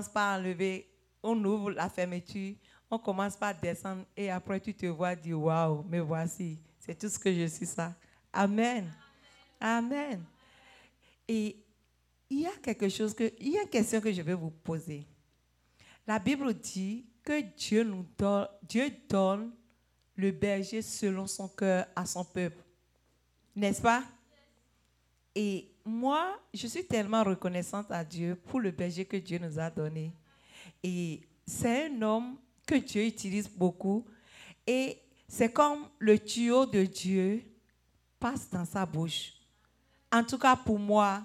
commence par enlever, on ouvre la fermeture, on commence par descendre et après tu te vois dire waouh, me voici, c'est tout ce que je suis ça. Amen. Amen. Et il y a quelque chose que il y a une question que je vais vous poser. La Bible dit que Dieu nous donne, Dieu donne le berger selon son cœur à son peuple. N'est-ce pas Et moi, je suis tellement reconnaissante à Dieu pour le berger que Dieu nous a donné. Et c'est un homme que Dieu utilise beaucoup. Et c'est comme le tuyau de Dieu passe dans sa bouche. En tout cas, pour moi,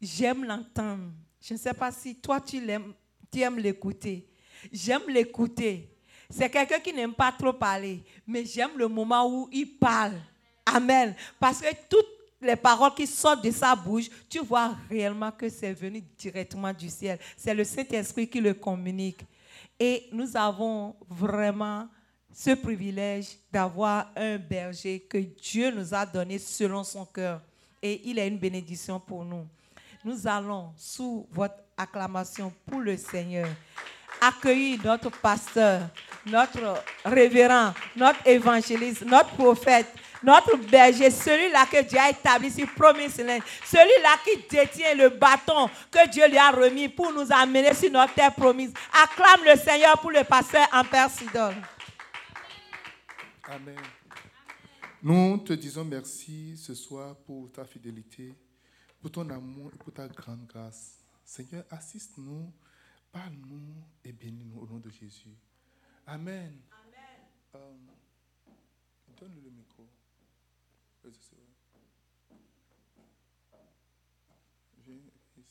j'aime l'entendre. Je ne sais pas si toi, tu l'aimes, tu aimes l'écouter. J'aime l'écouter. C'est quelqu'un qui n'aime pas trop parler, mais j'aime le moment où il parle. Amen. Parce que toutes les paroles qui sortent de sa bouche, tu vois réellement que c'est venu directement du ciel. C'est le Saint-Esprit qui le communique. Et nous avons vraiment ce privilège d'avoir un berger que Dieu nous a donné selon son cœur. Et il est une bénédiction pour nous. Nous allons, sous votre acclamation pour le Seigneur, accueillir notre pasteur, notre révérend, notre évangéliste, notre prophète, notre berger, celui-là que Dieu a établi sur Promise Land, celui-là qui détient le bâton que Dieu lui a remis pour nous amener sur notre terre promise. Acclame le Seigneur pour le pasteur en Père Sidon. Amen. Nous te disons merci ce soir pour ta fidélité, pour ton amour et pour ta grande grâce. Seigneur, assiste-nous, parle-nous et bénis-nous au nom de Jésus. Amen. Euh, Donne-lui le micro. Vas-y, c'est bon. Viens ici.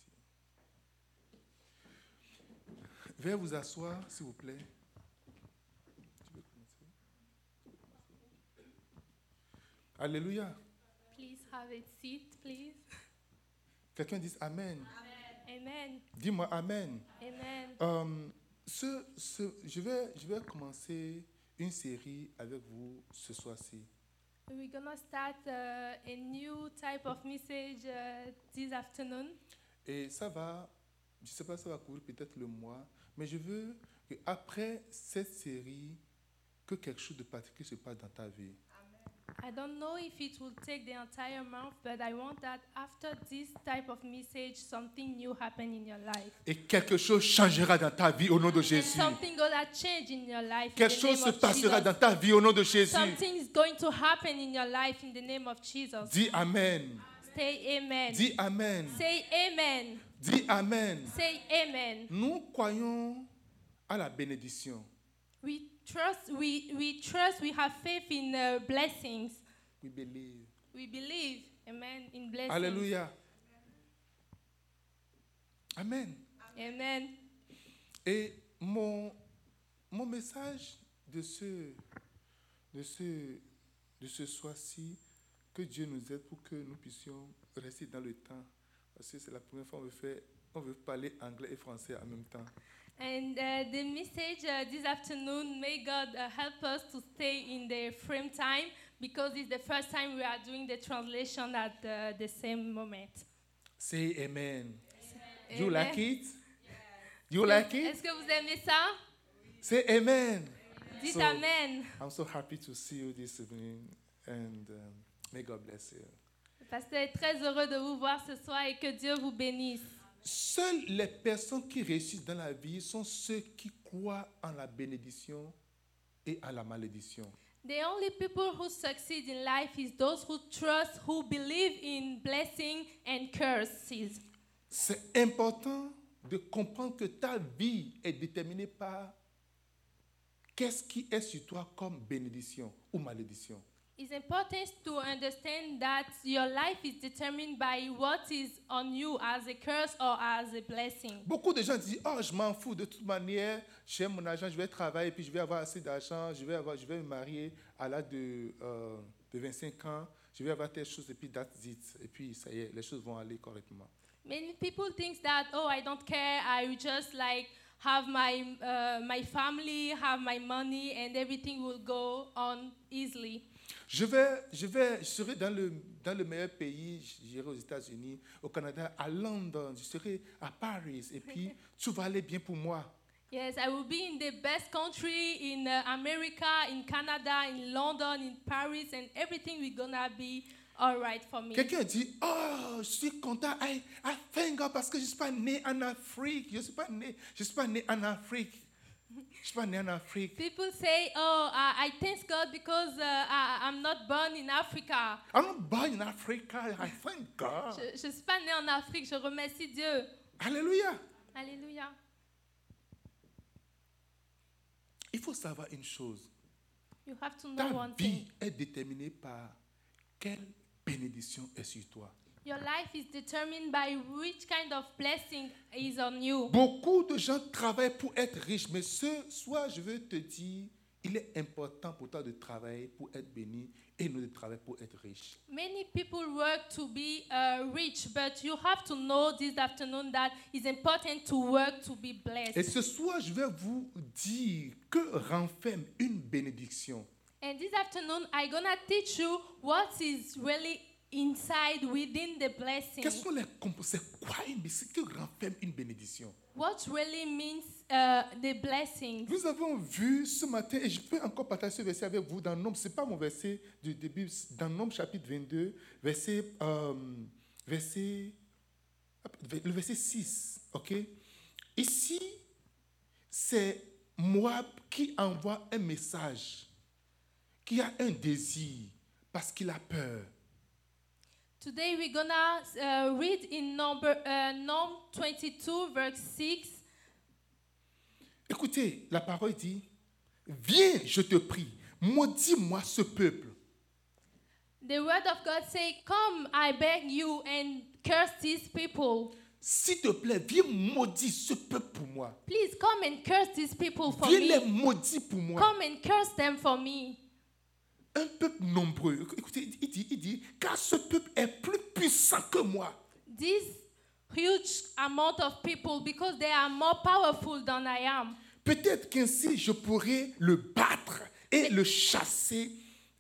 Veuillez vous asseoir, s'il vous plaît. Tu veux commencer Tu veux commencer Alléluia. Please have a seat, please. Quelqu'un dit Amen. Amen. Dis-moi Amen. Amen. Euh, ce- ce- je, vais, je vais commencer une série avec vous ce soir-ci. We're gonna start uh, a new type of message uh, this afternoon. Et ça va, je ne sais pas, ça va couvrir peut-être le mois, mais je veux qu'après cette série, que quelque chose de particulier se passe dans ta vie. I don't know if it will take the entire month, but I want that after this type of message, something new happen in your life. Et quelque chose changera dans ta vie au nom de Jésus. Something gonna change in your life. Quelque in the chose name se of passera Jesus. dans ta vie au nom de Jésus. Something is going to happen in your life in the name of Jesus. Dis Amen. Say amen. Dis Amen. Say amen. Dis Amen. Say amen. Nous croyons à la bénédiction. We trust. We we trust. We have faith in uh, blessings. We believe. We believe, amen, in blessings. Alléluia. Amen. Amen. Et mon, mon message de ce, de ce, de ce soir-ci, que Dieu nous aide pour que nous puissions rester dans le temps. Parce que c'est la première fois qu'on veut, faire, on veut parler anglais et français en même temps. And uh, the message uh, this afternoon, may God uh, help us to stay in the frame time because it's the first time we are doing the translation at uh, the same moment. Say amen. You Amen. like it? You like it? Est-ce que vous aimez ça? Say amen. Dites So- amen. I'm so happy to see you this evening and um, may God bless you. Le pasteur est très heureux de vous voir ce soir et que Dieu vous bénisse. Seules les personnes qui réussissent dans la vie sont ceux qui croient en la bénédiction et à la malédiction. The only people who succeed in life is those who trust, who believe in blessing and curses. C'est important de comprendre que ta vie est déterminée par qu'est-ce qui est sur toi comme bénédiction ou malédiction. It's important to understand that your life is determined by what is on you as a curse or as a blessing. Beaucoup de gens disent Oh, je m'en fous, de toute manière, j'ai mon argent, je vais travailler, puis je vais avoir assez d'argent, je vais, avoir, je vais me marier à l'âge de, euh, de 25 ans, je vais avoir telle chose, et puis that's it. Et puis ça y est, les choses vont aller correctement. Many people think that oh I don't care I will just like have my uh, my family have my money and everything will go on easily. Je vais, je vais, je serai dans le, dans le meilleur pays, j'irai aux États-Unis, au Canada, à Londres, je serai à Paris, et puis tout va aller bien pour moi. Yes, I will be in the best country in uh, America, in Canada, in London, in Paris, and everything we're gonna be all right for me. Quelqu'un dit, oh, je suis content, I, I thank God parce que je ne suis pas né en Afrique, je ne suis pas né, je suis pas né en Afrique, je ne suis pas né en Afrique. People say, "Oh, uh, I thank God because uh, I, I'm not born in Africa. I'm not born in Africa, I thank God. Je, je suis pas né en Afrique. Je remercie Dieu. Alléluia. Alléluia. Il faut savoir une chose, You have to know ta one thing. vie est déterminée par quelle bénédiction est sur toi. Your life is determined by which kind of blessing is on you. Beaucoup de gens travaillent pour être riches, mais ce soir, je veux te dire, il est important pour toi de travailler pour être béni et non de travailler pour être riche. Many people work to be uh, rich, but you have to know this afternoon that it's important to work to be Et blessed. ce soir, je vais vous dire que renferme une bénédiction. And this afternoon, I'm gonna teach you what is really inside within the blessing. Quels sont les compo- C'est quoi une bénédiction Que renferme une bénédiction What really means uh, the blessings? Nous avons vu ce matin, et je peux encore partager ce verset avec vous dans Nombre, ce n'est pas mon verset du début, c'est dans Nombre chapitre 22, verset, euh, verset, le verset 6. ok Ici, c'est Moab qui envoie un message, qui a un désir, parce qu'il a peur. Today we're gonna uh, read in number uh, Norm 22, verse 6. Écoutez, la parole dit, viens, je te prie, maudis-moi ce peuple. The word of God say, "Come, I beg you, and curse these people. S'il te plaît, viens maudire ce peuple pour moi. Please come and curse these people for Dieu les me. maudit pour moi. Come and curse them for me." Un peuple nombreux. Écoutez, il dit, il dit, car ce peuple est plus puissant que moi. This huge amount of people, because they are more powerful than I am. Peut-être qu'ainsi je pourrai le battre et le chasser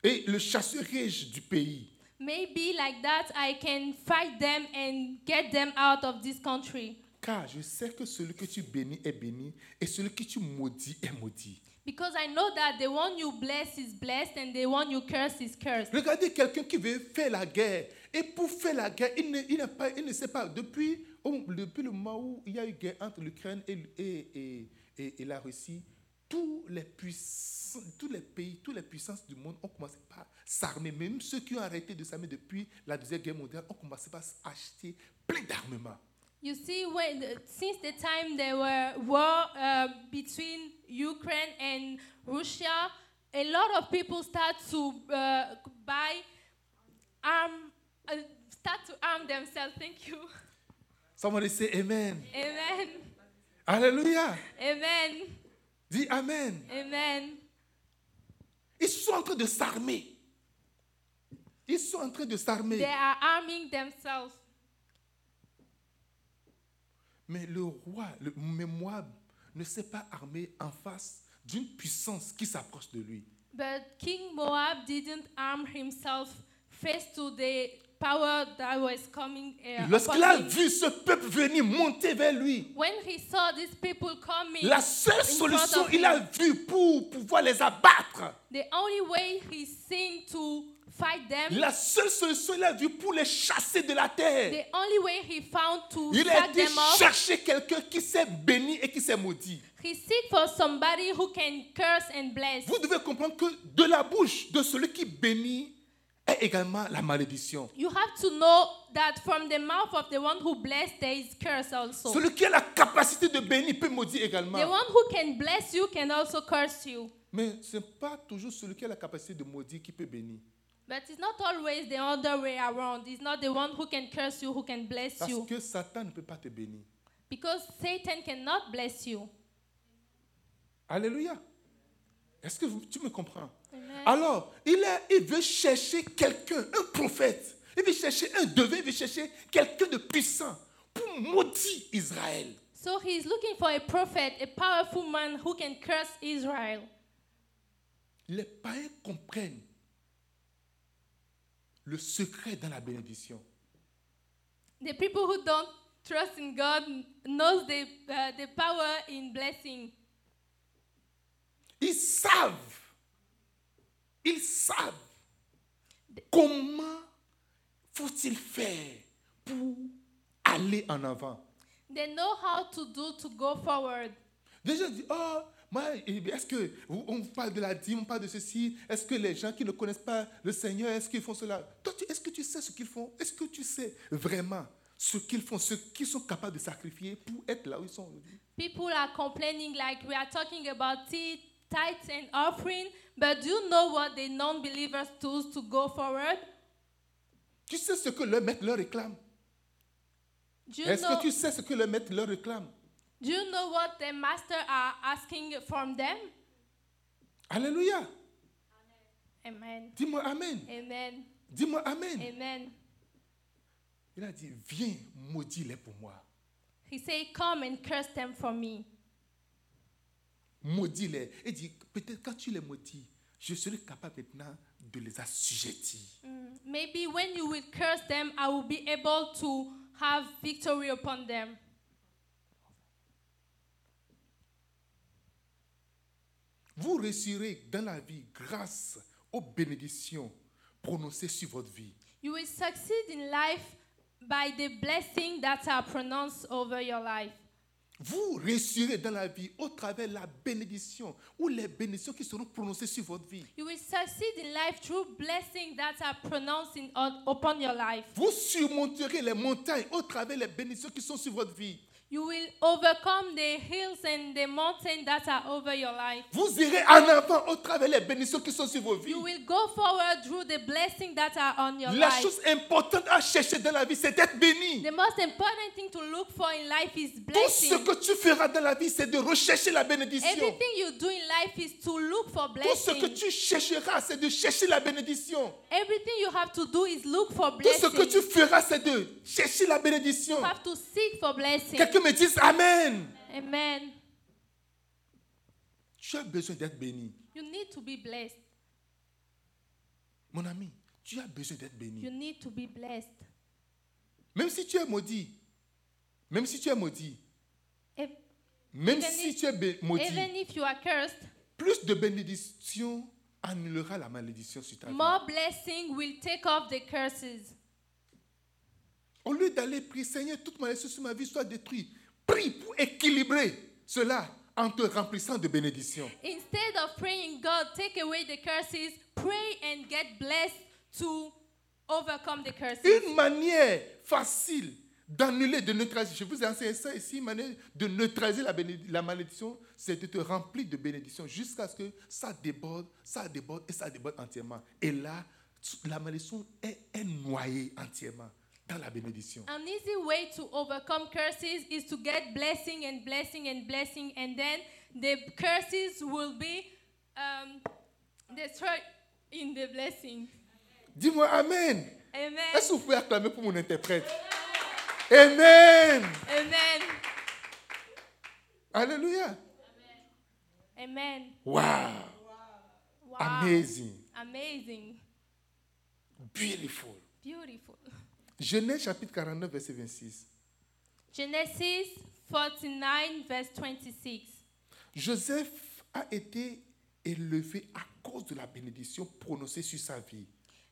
et le chasserai-je du pays. Maybe like that, I can fight them and get them out of this country. Car je sais que celui que tu bénis est béni et celui que tu maudis est maudit. Because I know that the one you bless is blessed and the one you curse is cursed. Regardez quelqu'un qui veut faire la guerre. Et pour faire la guerre, il ne, il n'a pas, il ne sait pas. Depuis, au- depuis le moment où il y a eu guerre entre l'Ukraine et, et- et- et- et la Russie, tous les, puissants, tous les pays, toutes les puissances du monde ont commencé par s'armer. Même ceux qui ont arrêté de s'armer depuis la Deuxième Guerre mondiale ont commencé par acheter plein d'armements. You see, when since the time there were war uh, between Ukraine and Russia, a lot of people start to uh, buy arm, uh, start to arm themselves. Thank you. Ça va laisser Amen. Amen. Alléluia. Amen. Dis Amen. Amen. Ils sont en train de s'armer. Ils sont en train de s'armer. They are arming themselves. Mais le roi, le mais Moab, ne s'est pas armé en face d'une puissance qui s'approche de lui. But King Moab didn't arm himself face to the power that was coming. Uh, Lorsqu'il a upon him. vu ce peuple venir monter vers lui, When he saw these people coming, la seule in front of solution him, il a vu pour pouvoir les abattre, the only way he seen to fight them, la seule solution il a vu pour les chasser de la terre. the only way he found to Il a sack dit them off, chercher quelqu'un qui s'est béni et qui s'est maudit. he seek for somebody who can curse and bless. Vous devez comprendre que de la bouche de celui qui bénit est également la malédiction. You have to know that from the mouth of the one who bless, there is curse also. Celui qui a la capacité de bénir peut maudire The également. one who can bless you can also curse you. Mais ce n'est pas toujours celui qui a la capacité de maudire qui peut bénir. But it's not always the other way around. It's not the one who can curse you who can bless Parce you. que Satan ne peut pas te bénir. Because Satan cannot bless you. Alléluia. Est-ce que vous- tu me comprends Alors, il, a- il veut chercher quelqu'un, un prophète. Il veut chercher un devin, il veut chercher quelqu'un de puissant pour maudire Israël. So he's looking for a prophet, a powerful man who can curse Israel. Les païens comprennent le secret dans la bénédiction. The people who don't trust in God knows the, uh, the power in blessing. Ils savent, ils savent comment faut-il faire pour aller en avant. They know how to do to go forward. Des gens disent, oh, moi, eh bien, est-ce que vous- on vous parle de la dîme, on parle de ceci, est-ce que les gens qui ne connaissent pas le Seigneur, est-ce qu'ils font cela Toi, tu- est-ce que tu sais ce qu'ils font Est-ce que tu sais vraiment ce qu'ils font, ce qu'ils sont capables de sacrifier pour être là où ils sont aujourd'hui People are complaining like we are talking about tea, tithes and offering, but do you know what the non-believers do to go forward? Tu sais ce que leur maître leur réclame Do you, Est-ce know, que tu sais ce que le maître leur réclame do you know what the master are asking from them? Alléluia. Amen. Dis-moi Amen. Amen. Dis-moi Amen. Amen. Il a dit, viens, maudis-les pour moi. He said, Come and curse them for me. Maudis-les. Et dit, peut-être quand tu les maudis, je serai capable maintenant de les assujettir. Mm, Maybe when you will curse them, I will be able to have victory upon them. Vous réussirez dans la vie grâce aux bénédictions prononcées sur votre vie. You will succeed in life by the blessing that are pronounced over your life. Vous réussirez dans la vie au travers de la bénédiction ou les bénédictions qui seront prononcées sur votre vie. You will succeed in life through blessings that are pronounced in, on- upon your life. Vous surmonterez les montagnes au travers des bénédictions qui sont sur votre vie. You will overcome the hills and the mountains that are over your life. Vous irez en avant au travers des bénédictions qui sont sur vos vies. You will go forward through the blessings that are on your La life. chose importante à chercher dans la vie, c'est d'être béni. The most important thing to look for in life is Tout ce blessing. que tu feras dans la vie, c'est de rechercher la bénédiction. Everything you do in life is to look for Tout ce que blessing. tu chercheras, c'est de chercher la bénédiction. Everything you have to do is look for Tout ce blessing. que tu feras, c'est de chercher la bénédiction. You have to seek for blessing. Quelqu'un me dise Amen. Amen. Tu as besoin d'être béni. You need to be blessed. Mon ami, tu as besoin d'être You béni. need to be blessed. Même si tu es maudit, même si tu es maudit, If, même Even si if- tu es bé- even maudit, if you are cursed, plus de bénédiction annulera la malédiction sur ta vie. more blessing will take off the curses. Au lieu d'aller prier, Seigneur, toute malédiction sur ma vie soit détruite, prie pour équilibrer cela en te remplissant de bénédictions. Instead of praying, God, take away the curses, pray and get blessed to overcome the curses. Une manière facile d'annuler, de neutraliser. Je vous ai enseigné ça ici, une manière de neutraliser la, béné- la malédiction, c'est de te remplir de bénédictions jusqu'à ce que ça déborde, ça déborde et ça déborde entièrement. Et là, tu- la malédiction est, est noyée entièrement dans la bénédiction. An easy way to overcome curses is to get blessing and blessing and blessing, and then the curses will be um, destroyed in the blessing. Dis-moi Amen. Amen. Est-ce que vous pouvez acclamer pour mon interprète Amen. Amen. Alléluia. Amen. Wow. Wow. Amazing. Amazing. Beautiful. Beautiful. Genèse chapitre 49, verset 26. Genesis 49, verse 26. Joseph a été élevé à cause de la bénédiction prononcée sur sa vie.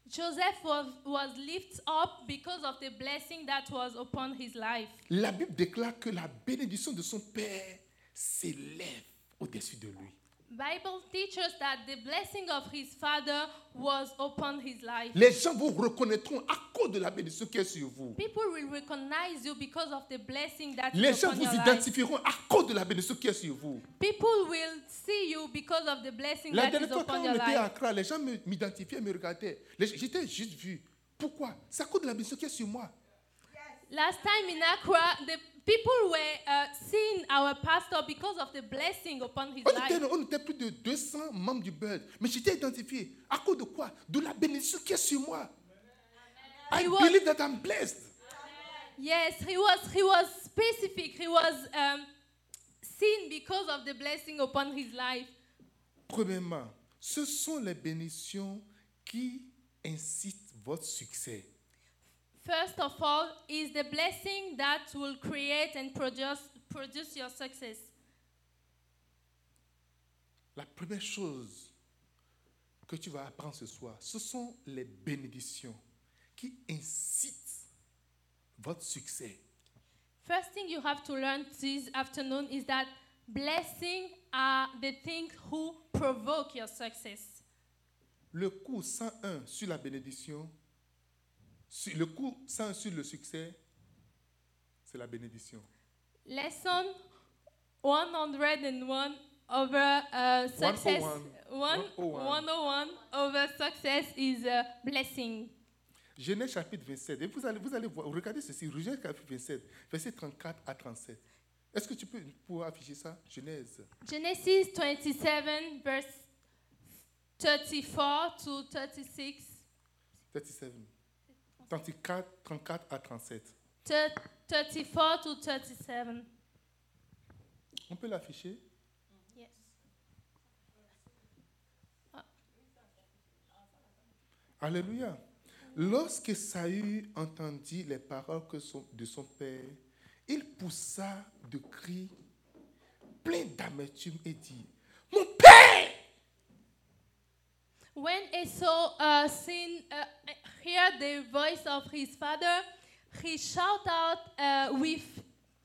Joseph was, was lifted up because of the blessing that was upon his life. La Bible déclare que la bénédiction de son père s'élève au-dessus de lui. Bible teaches that the blessing of his father was upon his life. Les gens vous reconnaîtront à cause de la bénédiction qui est sur vous. People will recognize you because of the blessing that Les is gens upon vous your life. identifieront à cause de la bénédiction qui est sur vous. People will see you because of the blessing La that dernière is fois, quand upon on your était à life. Accra, les gens me- m'identifiaient, me regardaient. Les- J'étais juste vu. Pourquoi C'est à cause de la bénédiction qui est sur moi. Last time in Accra, the people were uh, seeing our pastor because of the blessing upon his On life. était, on était plus de 200 membres du Bird, mais j'étais identifié. À cause de quoi De la bénédiction qui est sur moi. I He was- believe that I'm blessed. Yes, he was. He was specific. He was um, seen because of the blessing upon his life. Premièrement, ce sont les bénédictions qui incite votre succès. First of all, is the blessing that will create and produce, produce your success. La première chose que tu vas apprendre ce soir, ce sont les bénédictions qui incitent votre succès. First thing you have to learn this afternoon is that blessing are the things who provoke your success. Le cours 101 sur la bénédiction, sur- le cours 101 sur le succès, c'est la bénédiction. Lesson 101 over uh, success. 101. One, 101. 101 over success is a blessing. Genèse chapitre 27. Et vous allez, vous allez voir, regardez ceci, Genèse chapitre 27, verset 34 à 37. Est-ce que tu peux pouvoir afficher ça Genèse. Genesis 27, verse 34 to 36. 37. 34, 34 à 37. Thir- 34 to 37. On peut l'afficher Yes. Alléluia. Lorsque Saül entendit les paroles que son- de son père, il poussa de cris pleins d'amertume et dit Mon père When Esau uh, seen, uh, heard the voice of his father, he shout out uh, with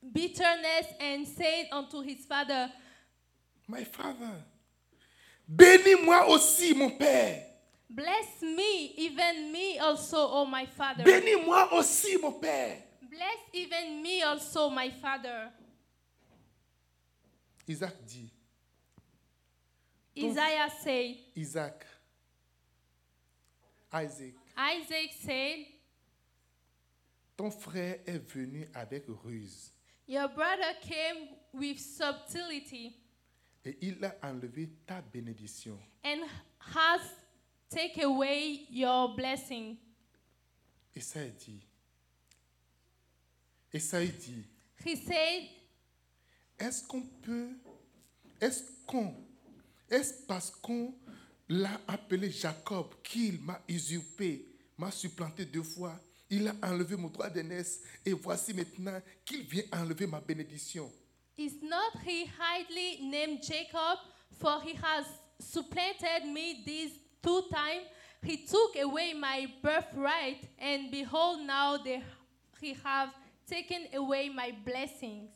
bitterness and said unto his father, My father Bénis-moi aussi, mon père Bless me, even me also, O my father. Bénis-moi aussi, mon père Bless even me also, my father. Isaac dit Isaiah said, Isaac, Isaac, Isaac said, ton frère est venu avec ruse Your brother came with subtlety et il a enlevé ta bénédiction. and has taken away your blessing. Esaïe dit, Esaïe dit, He said, est-ce qu'on peut, est-ce qu'on, est-ce parce qu'on l'a appelé Jacob qu'il m'a usurpé, m'a supplanté deux fois, il a enlevé mon droit d'aînesse et voici maintenant qu'il vient enlever ma bénédiction. Is not he hardly named Jacob? For he has supplanted me these two times. He took away my birthright, and behold, now they, he have taken away my blessings.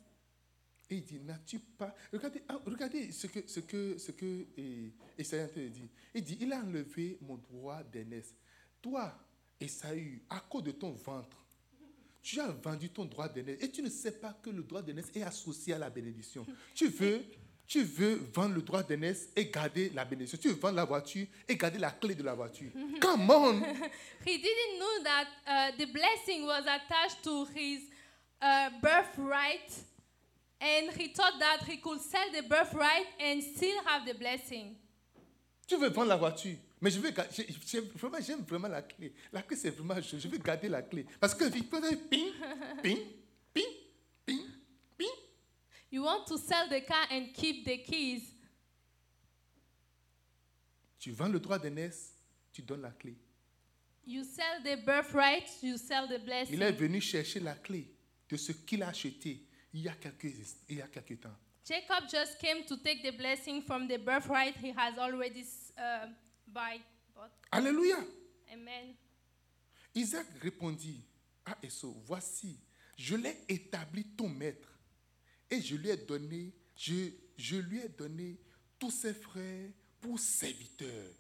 Et il dit, n'as-tu pas... Regardez, ah, regardez ce que, ce que, ce que eh, Esaïe est en train de dire. Il dit, il a enlevé mon droit d'aînesse. Toi, Esaü, à cause de ton ventre, tu as vendu ton droit d'aînesse et tu ne sais pas que le droit d'aînesse est associé à la bénédiction. Tu veux, tu veux vendre le droit d'aînesse et garder la bénédiction. Tu veux vendre la voiture et garder la clé de la voiture. Come on! He didn't know that uh, the blessing was attached to his uh, birthright, and he thought that he could sell the birthright and still have the blessing. Tu veux vendre la voiture, mais je veux ga- j'ai- j'aime vraiment, j'aime vraiment la clé. La clé, c'est vraiment chaud. Je veux garder la clé. Parce que vite, ping, ping, ping, ping, ping, ping. You want to sell the car and keep the keys. Tu vends le droit d'aînesse, tu donnes la clé. You sell the birthright, you sell the blessing. Il est venu chercher la clé de ce qu'il a acheté il y a quelques, il y a quelques temps. Jacob just came to take the blessing from the birthright he has already uh, buy, bought. Alléluia. Amen. Isaac répondit à Esau, voici, je l'ai établi ton maître et je lui ai donné, je, je lui ai donné tous ses frères pour serviteurs.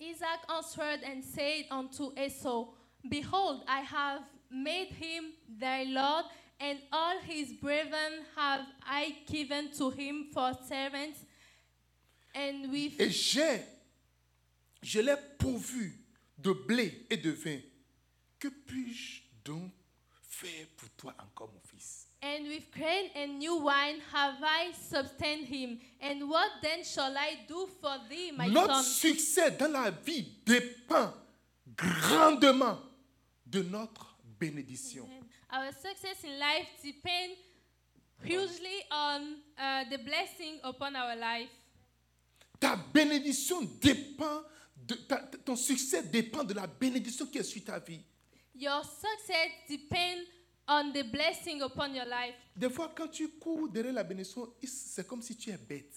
Isaac answered and said unto Esau, Behold, I have made him thy lord, and all his brethren have I given to him for servants, and with Et j'ai, je l'ai pourvu de blé et de vin. Que puis-je donc faire pour toi encore, mon fils And with grain and new wine have I sustained him. And what then shall I do for thee, my Notre son? succès dans la vie dépend grandement de notre bénédiction. Our success in life depends hugely on uh, the blessing upon our life. Ta bénédiction dépend de- ta- ta- ton succès dépend de la bénédiction qui est sur ta vie. Your success depends on the blessing upon your life. Des fois, quand tu cours derrière la bénédiction, il- c'est comme si tu es bête.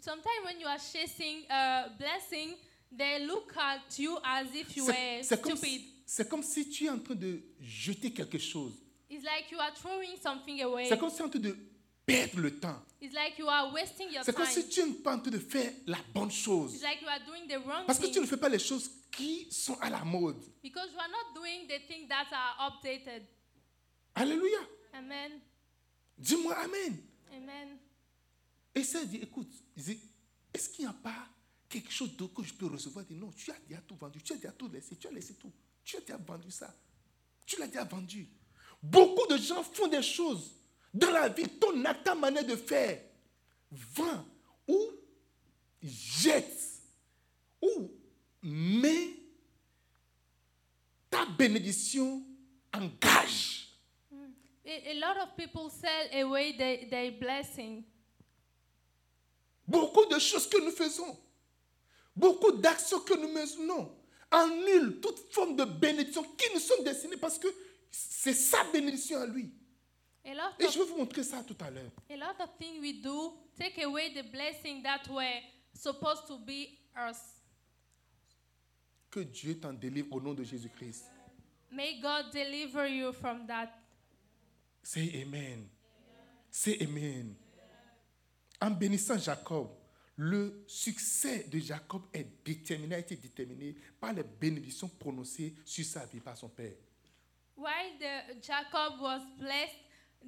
Sometimes when you are chasing a blessing, they look at you as if you C'est were c'est comme, stupid. si- c'est comme si tu es en train de jeter quelque chose. It's like you are throwing something away. C'est comme si tu es en train de perdre le temps. It's like you are wasting your C'est time. comme si tu n'es pas en train de faire la bonne chose. It's like you are doing the wrong Parce que thing tu ne fais pas les choses qui sont à la mode. because you are not doing the things that are updated. Alléluia. Amen. Dis-moi Amen. Amen. Essaie de dire, écoute, dis, est-ce qu'il n'y a pas quelque chose d'autre que je peux recevoir Il dit, non, tu as déjà tout vendu, tu as déjà tout laissé, tu as laissé tout. Tu as déjà vendu ça. Tu l'as déjà vendu. Beaucoup de gens font des choses dans la vie, ton acte, ta manière de faire, vend ou jette ou met ta bénédiction en gage. A, a lot of people sell away their, their blessing. Beaucoup de choses que nous faisons, beaucoup d'actions que nous menons annulent toute forme de bénédiction qui nous sont destinées parce que c'est sa bénédiction à lui. A lot Et of je vais vous montrer ça tout à l'heure. A lot of things we do take away the blessing that were supposed to be us. Que Dieu t'en délivre au nom de Jésus-Christ. May God deliver you from that. C'est Amen. C'est Amen. En bénissant Jacob, le succès de Jacob est déterminé, a été déterminé par les bénédictions prononcées sur sa vie par son père. While the Jacob was blessed,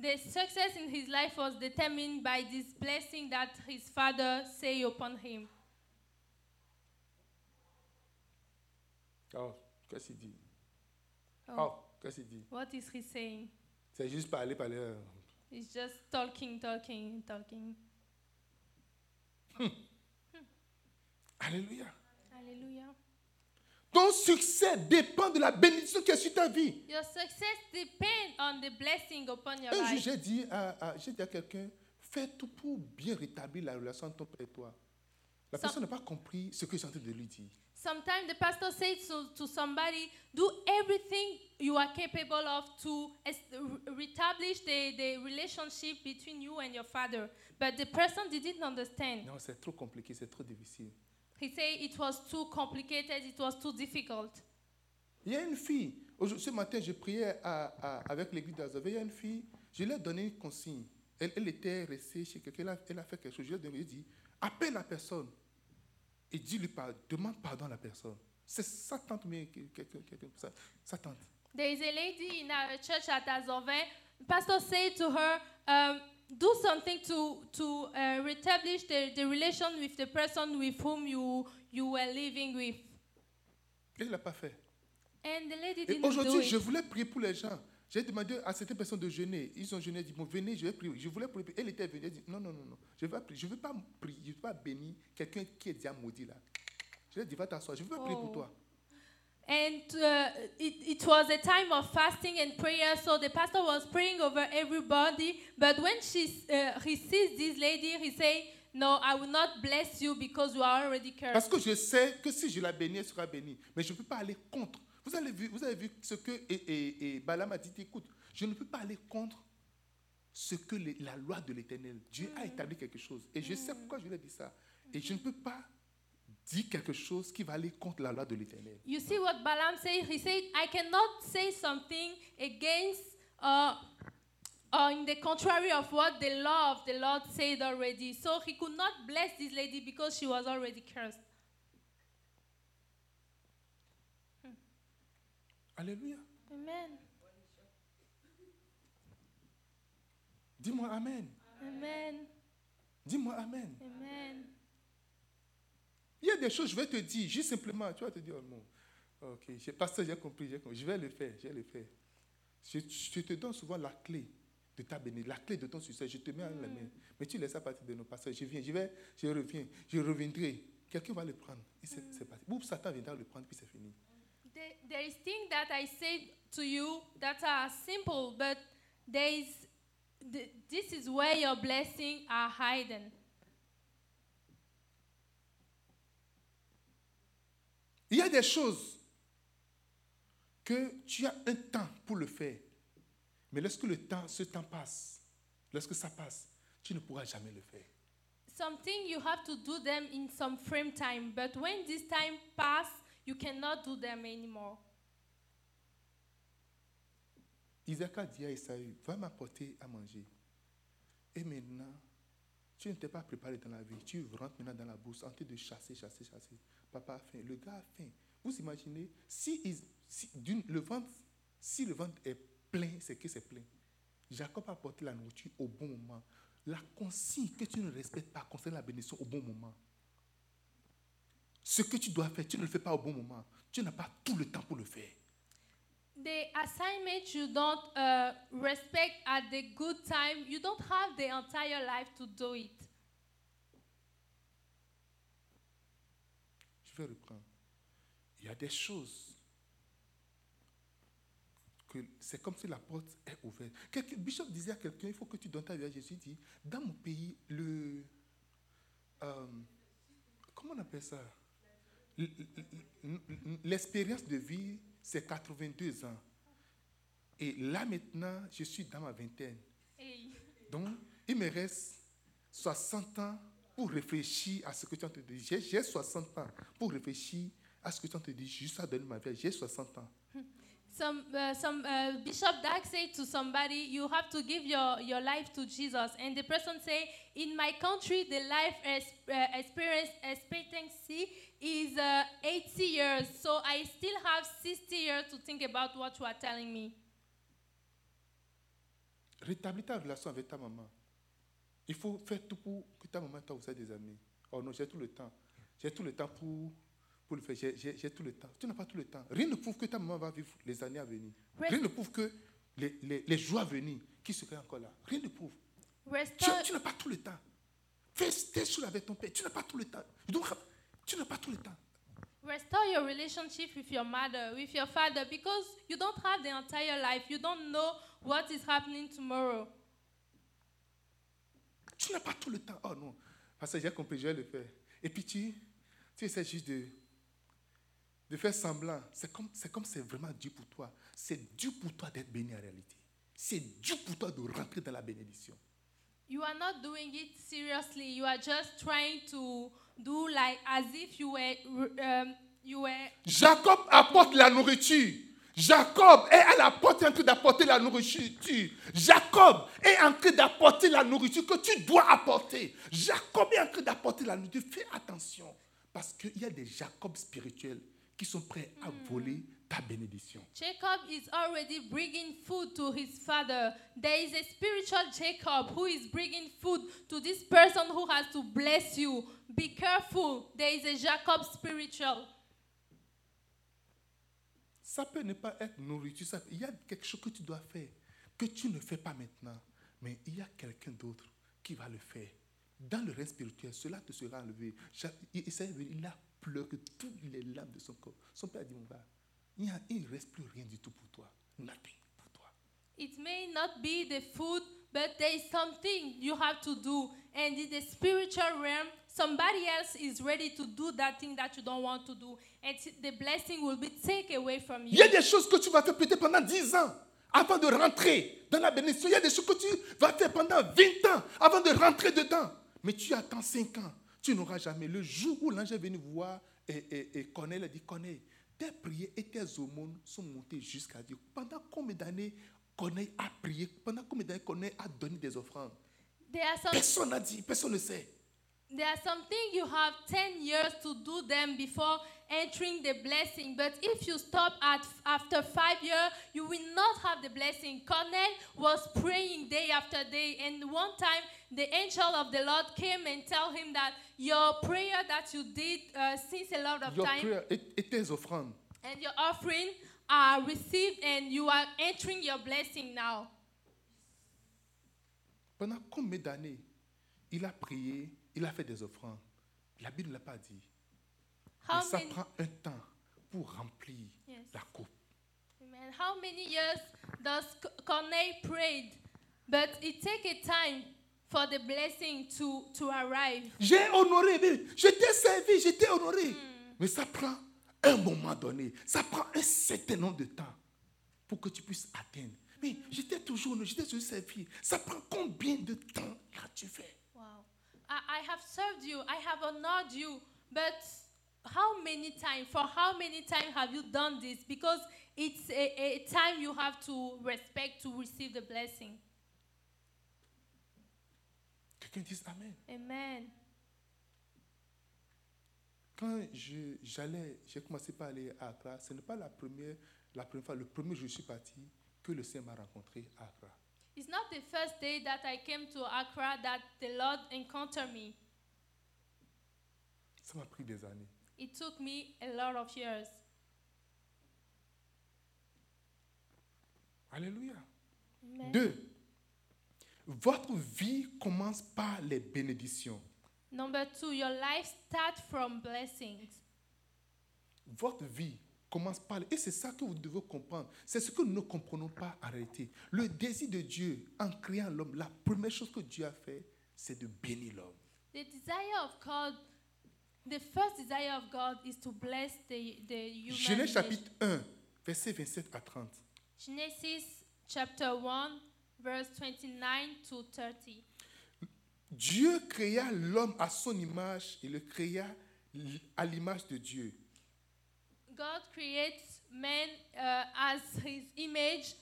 the success in his life was determined by this blessing that his father say upon him. Oh, qu'est-ce qu'il dit Oh, qu'est-ce qu'il dit What is he saying? C'est juste parler, parler. euh, He's just talking, talking, talking. Alléluia. Hallelujah. Ton succès dépend de la bénédiction qui est sur ta vie. Your success depends on the blessing upon your Un jour, life. j'ai dit à, à- j'ai dit à quelqu'un, fais tout pour bien rétablir la relation entre ton père et toi. La Ça- personne n'a pas compris ce que j'étais en train de lui dire. Sometimes the pastor says to, to somebody, do everything you are capable of to es- re- reestablish the, the relationship between you and your father. But the person didn't understand. Non, c'est trop compliqué, c'est trop difficile. He said it was too complicated, it was too difficult. Il y a une fille, aujourd'hui- ce matin, je priais à- à- avec l'église d'Azové, il y a une fille, je lui ai donné une consigne. Elle, elle était restée chez quelqu'un, elle a, elle a fait quelque chose. Je lui ai donné- je lui ai dit, appelle la personne et dis-lui, par- demande pardon à la personne. C'est sa tante, mais quelqu'un, quelqu'un, sa- sa tante. There is a lady in our church at Azove. Pastor said to her, um, do something to, to uh, reestablish the, the relation with the person with whom you, you were living with. Elle ne l'a pas fait. And the lady Et didn't do aujourd'hui, it. je voulais prier pour les gens. J'ai demandé à certaines personnes de jeûner. Ils ont jeûné, ils dit, bon, venez, je vais prier. Je voulais prier. Elle était venue, elle dit, non, non, non, non. Je ne veux, pas prier. je veux pas prier, je veux pas bénir quelqu'un qui est déjà maudit là. Je lui ai dit, va t'asseoir, je ne veux pas prier pour Oh. toi. And uh, it, it was a time of fasting and prayer, so the pastor was praying over everybody. But when she, uh, he sees this lady, he say, "No, I will not bless you because you are already Parce cursed." que je sais que si je la bénis, elle sera bénie. Mais je ne peux pas aller contre. Vous avez vu, vous avez vu ce que et, et, et Balaam a dit, écoute, je ne peux pas aller contre ce que les- la loi de l'Éternel. Dieu a établi quelque chose. Et je sais pourquoi je lui ai dit ça. Et je ne peux pas dire quelque chose qui va aller contre la loi de l'Éternel. You see what Balaam said? He said, "I cannot say something against uh, or in the contrary of what the law of the Lord said already." So he could not bless this lady because she was already cursed. Alléluia. Amen. Dis-moi Amen. Amen. Dis-moi Amen. Amen. Il y a des choses, je vais te dire, juste simplement, tu vas te dire, oh non, ok, j'ai pasteur, j'ai compris, j'ai compris, je vais le faire, je vais le faire. Je, je te donne souvent la clé de ta bénédiction, la clé de ton succès, je te mets en la main. Mais tu laisses ça partir de nos pasteurs, je viens, je vais, je reviens, je reviendrai. Quelqu'un va le prendre, et c'est c'est parti. Ou Satan viendra le prendre, puis c'est fini. There, there is things that I said to you that are simple, but there is, th- this is where your blessing are hidden. Il y a des choses que tu as un temps pour le faire. Mais lorsque le temps, ce temps passe, lorsque ça passe, tu ne pourras jamais le faire. Something you have to do them in some frame time, but when this time pass, you cannot do them anymore. Isaac a dit à Esaü, va m'apporter à manger. Et maintenant, tu ne t'es pas préparé dans la vie. Tu rentres maintenant dans la bourse en train de chasser, chasser, chasser. Papa a faim. Le gars a faim. Vous imaginez, si, Is- si d'une- le, ventre, si le ventre est plein, c'est que c'est plein. Jacob a apporté la nourriture au bon moment. La consigne que tu ne respectes pas concerne la bénédiction au bon moment. Ce que tu dois faire, tu ne le fais pas au bon moment. Tu n'as pas tout le temps pour le faire. The assignment you don't uh, respect at the good time, you don't have the entire life to do it. Je vais reprendre. Il y a des choses que c'est comme si la porte est ouverte. Quelqu'un- Bishop disait à quelqu'un, il faut que tu donnes ta vie à Jésus. Il dit, dans mon pays, le... euh, comment on appelle ça L- l- l- L'expérience de vie, c'est 82 ans. Et là maintenant, je suis dans ma vingtaine. Hey. Donc, il me reste 60 ans pour réfléchir à ce que tu as te dire. J'ai- J'ai 60 ans pour réfléchir à ce que tu as te dire. Juste à donner ma vie. J'ai 60 ans. Some, uh, some uh, Bishop Dag said to somebody, "You have to give your, your life to Jesus." And the person say, "In my country, the life ex- uh, experience expectancy is uh, 80 years, so I still have 60 years to think about what you are telling me." Rétablis ta relation avec ta maman. Il faut faire tout pour que ta maman et toi, vous soyez des amis. Oh non, j'ai tout le temps. J'ai tout le temps pour, pour le faire. J'ai- J'ai j'ai tout le temps. Tu n'as pas tout le temps. Rien ne prouve que ta maman va vivre les années à venir. Reste- Rien ne prouve que les, les, les jours à venir, qui seraient encore là. Rien ne prouve. Tu, Restore, tu n'as pas tout le temps. Fais tes choses avec ton père. Tu n'as pas tout le temps. Donc, tu n'as pas tout le temps. restore your relationship with your mother, with your father, because you don't have the entire life. You don't know what is happening tomorrow. Tu n'as pas tout le temps. Oh non. Parce que j'ai compris, je vais le faire. Et puis tu, tu essaies juste de, de faire semblant. C'est comme c'est comme c'est vraiment Dieu pour toi. C'est Dieu pour toi d'être béni en réalité. C'est Dieu pour toi de rentrer dans la bénédiction. You are not doing it seriously. You are just trying to do like as if you were um, you were Jacob apporte la nourriture. Jacob est à la porte en train d'apporter la nourriture. Jacob est en train d'apporter la nourriture que tu dois apporter. Jacob est en train d'apporter la nourriture. Fais attention. Parce qu'il y a des Jacobs spirituels qui sont prêts à voler ta bénédiction. Jacob is already bringing food to his father. There is a spiritual Jacob who is bringing food to this person who has to bless you. Be careful. There is a Jacob spiritual. Ça peut ne pas être nourriture. ça- il y a quelque chose que tu dois faire, que tu ne fais pas maintenant. Mais il y a quelqu'un d'autre qui va le faire. Dans le règne spirituel, cela te sera enlevé. Ja- Il il s'est levé, il a pleuré toutes les larmes de son corps. Son père a dit, mon gars, il y a- il ne reste plus rien du tout pour toi. Nothing pour toi. It may not be the food, but there is something you have to do. And in the spiritual realm, somebody else is ready to do that thing that you don't want to do. And t- the blessing will be taken away from Il you. y a des choses que tu vas faire peut-être pendant 10 ans avant de rentrer dans la bénédiction. Il y a des choses que tu vas faire pendant 20 ans avant de rentrer dedans. Mais tu attends 5 ans. Tu n'auras jamais. Le jour où l'ange est venu voir et, et, et Corneille a dit Corneille, tes prières et tes aumônes sont montées jusqu'à Dieu. Pendant combien d'années Corneille a prié Pendant combien d'années Corneille a donné des offrandes There are some Personne n'a dit, personne ne sait. There are something you have 10 years to do them before entering the blessing. But if you stop at after five years, you will not have the blessing. Cornell was praying day after day, and one time the angel of the Lord came and tell him that your prayer that you did uh, since a lot of Your time prayer et, et tes offrandes. and your offering are received, and you are entering your blessing now. Pendant combien d'années il a prié, il a fait des offrandes. La Bible ne l'a pas dit. How Mais ça many? prend un temps pour remplir Yes. la coupe. Amen. How many years does C- Corneille prayed? But it take a time for the blessing to, to arrive. Hmm. J'ai honoré, mais je t'ai servi, je t'ai honoré. Mais ça prend un moment donné. Ça prend un certain nombre de temps pour que tu puisses atteindre. Mais Hmm. j'étais toujours, j'étais toujours servi. Ça prend combien de temps là tu fais Wow. I, I have served you. I have honored you. But how many times, for how many times have you done this? Because it's a, a time you have to respect to receive the blessing. Quelqu'un dise Amen. Amen. Quand je- j'allais, j'ai commencé par aller à Accra, ce n'est pas la première, la première fois, le premier jour où je suis parti, que le Seigneur m'a rencontré à Accra. It's not the first day that I came to Accra that the Lord encountered me. Ça m'a pris des années. It took me a lot of years. Alléluia. Deux, votre vie commence par les bénédictions. Number two, your life starts from blessings. Votre vie commence par... Et c'est ça que vous devez comprendre. C'est ce que nous ne comprenons pas en réalité. Le désir de Dieu en créant l'homme, la première chose que Dieu a fait, c'est de bénir l'homme. The desire of God, the first desire of God is to bless the, the human Genèse nation. chapitre 1, versets 27 à 30. Genesis chapter 1, verse 29 to 30. Dieu créa l'homme à son image et le créa à l'image de Dieu. God creates man uh, as his image,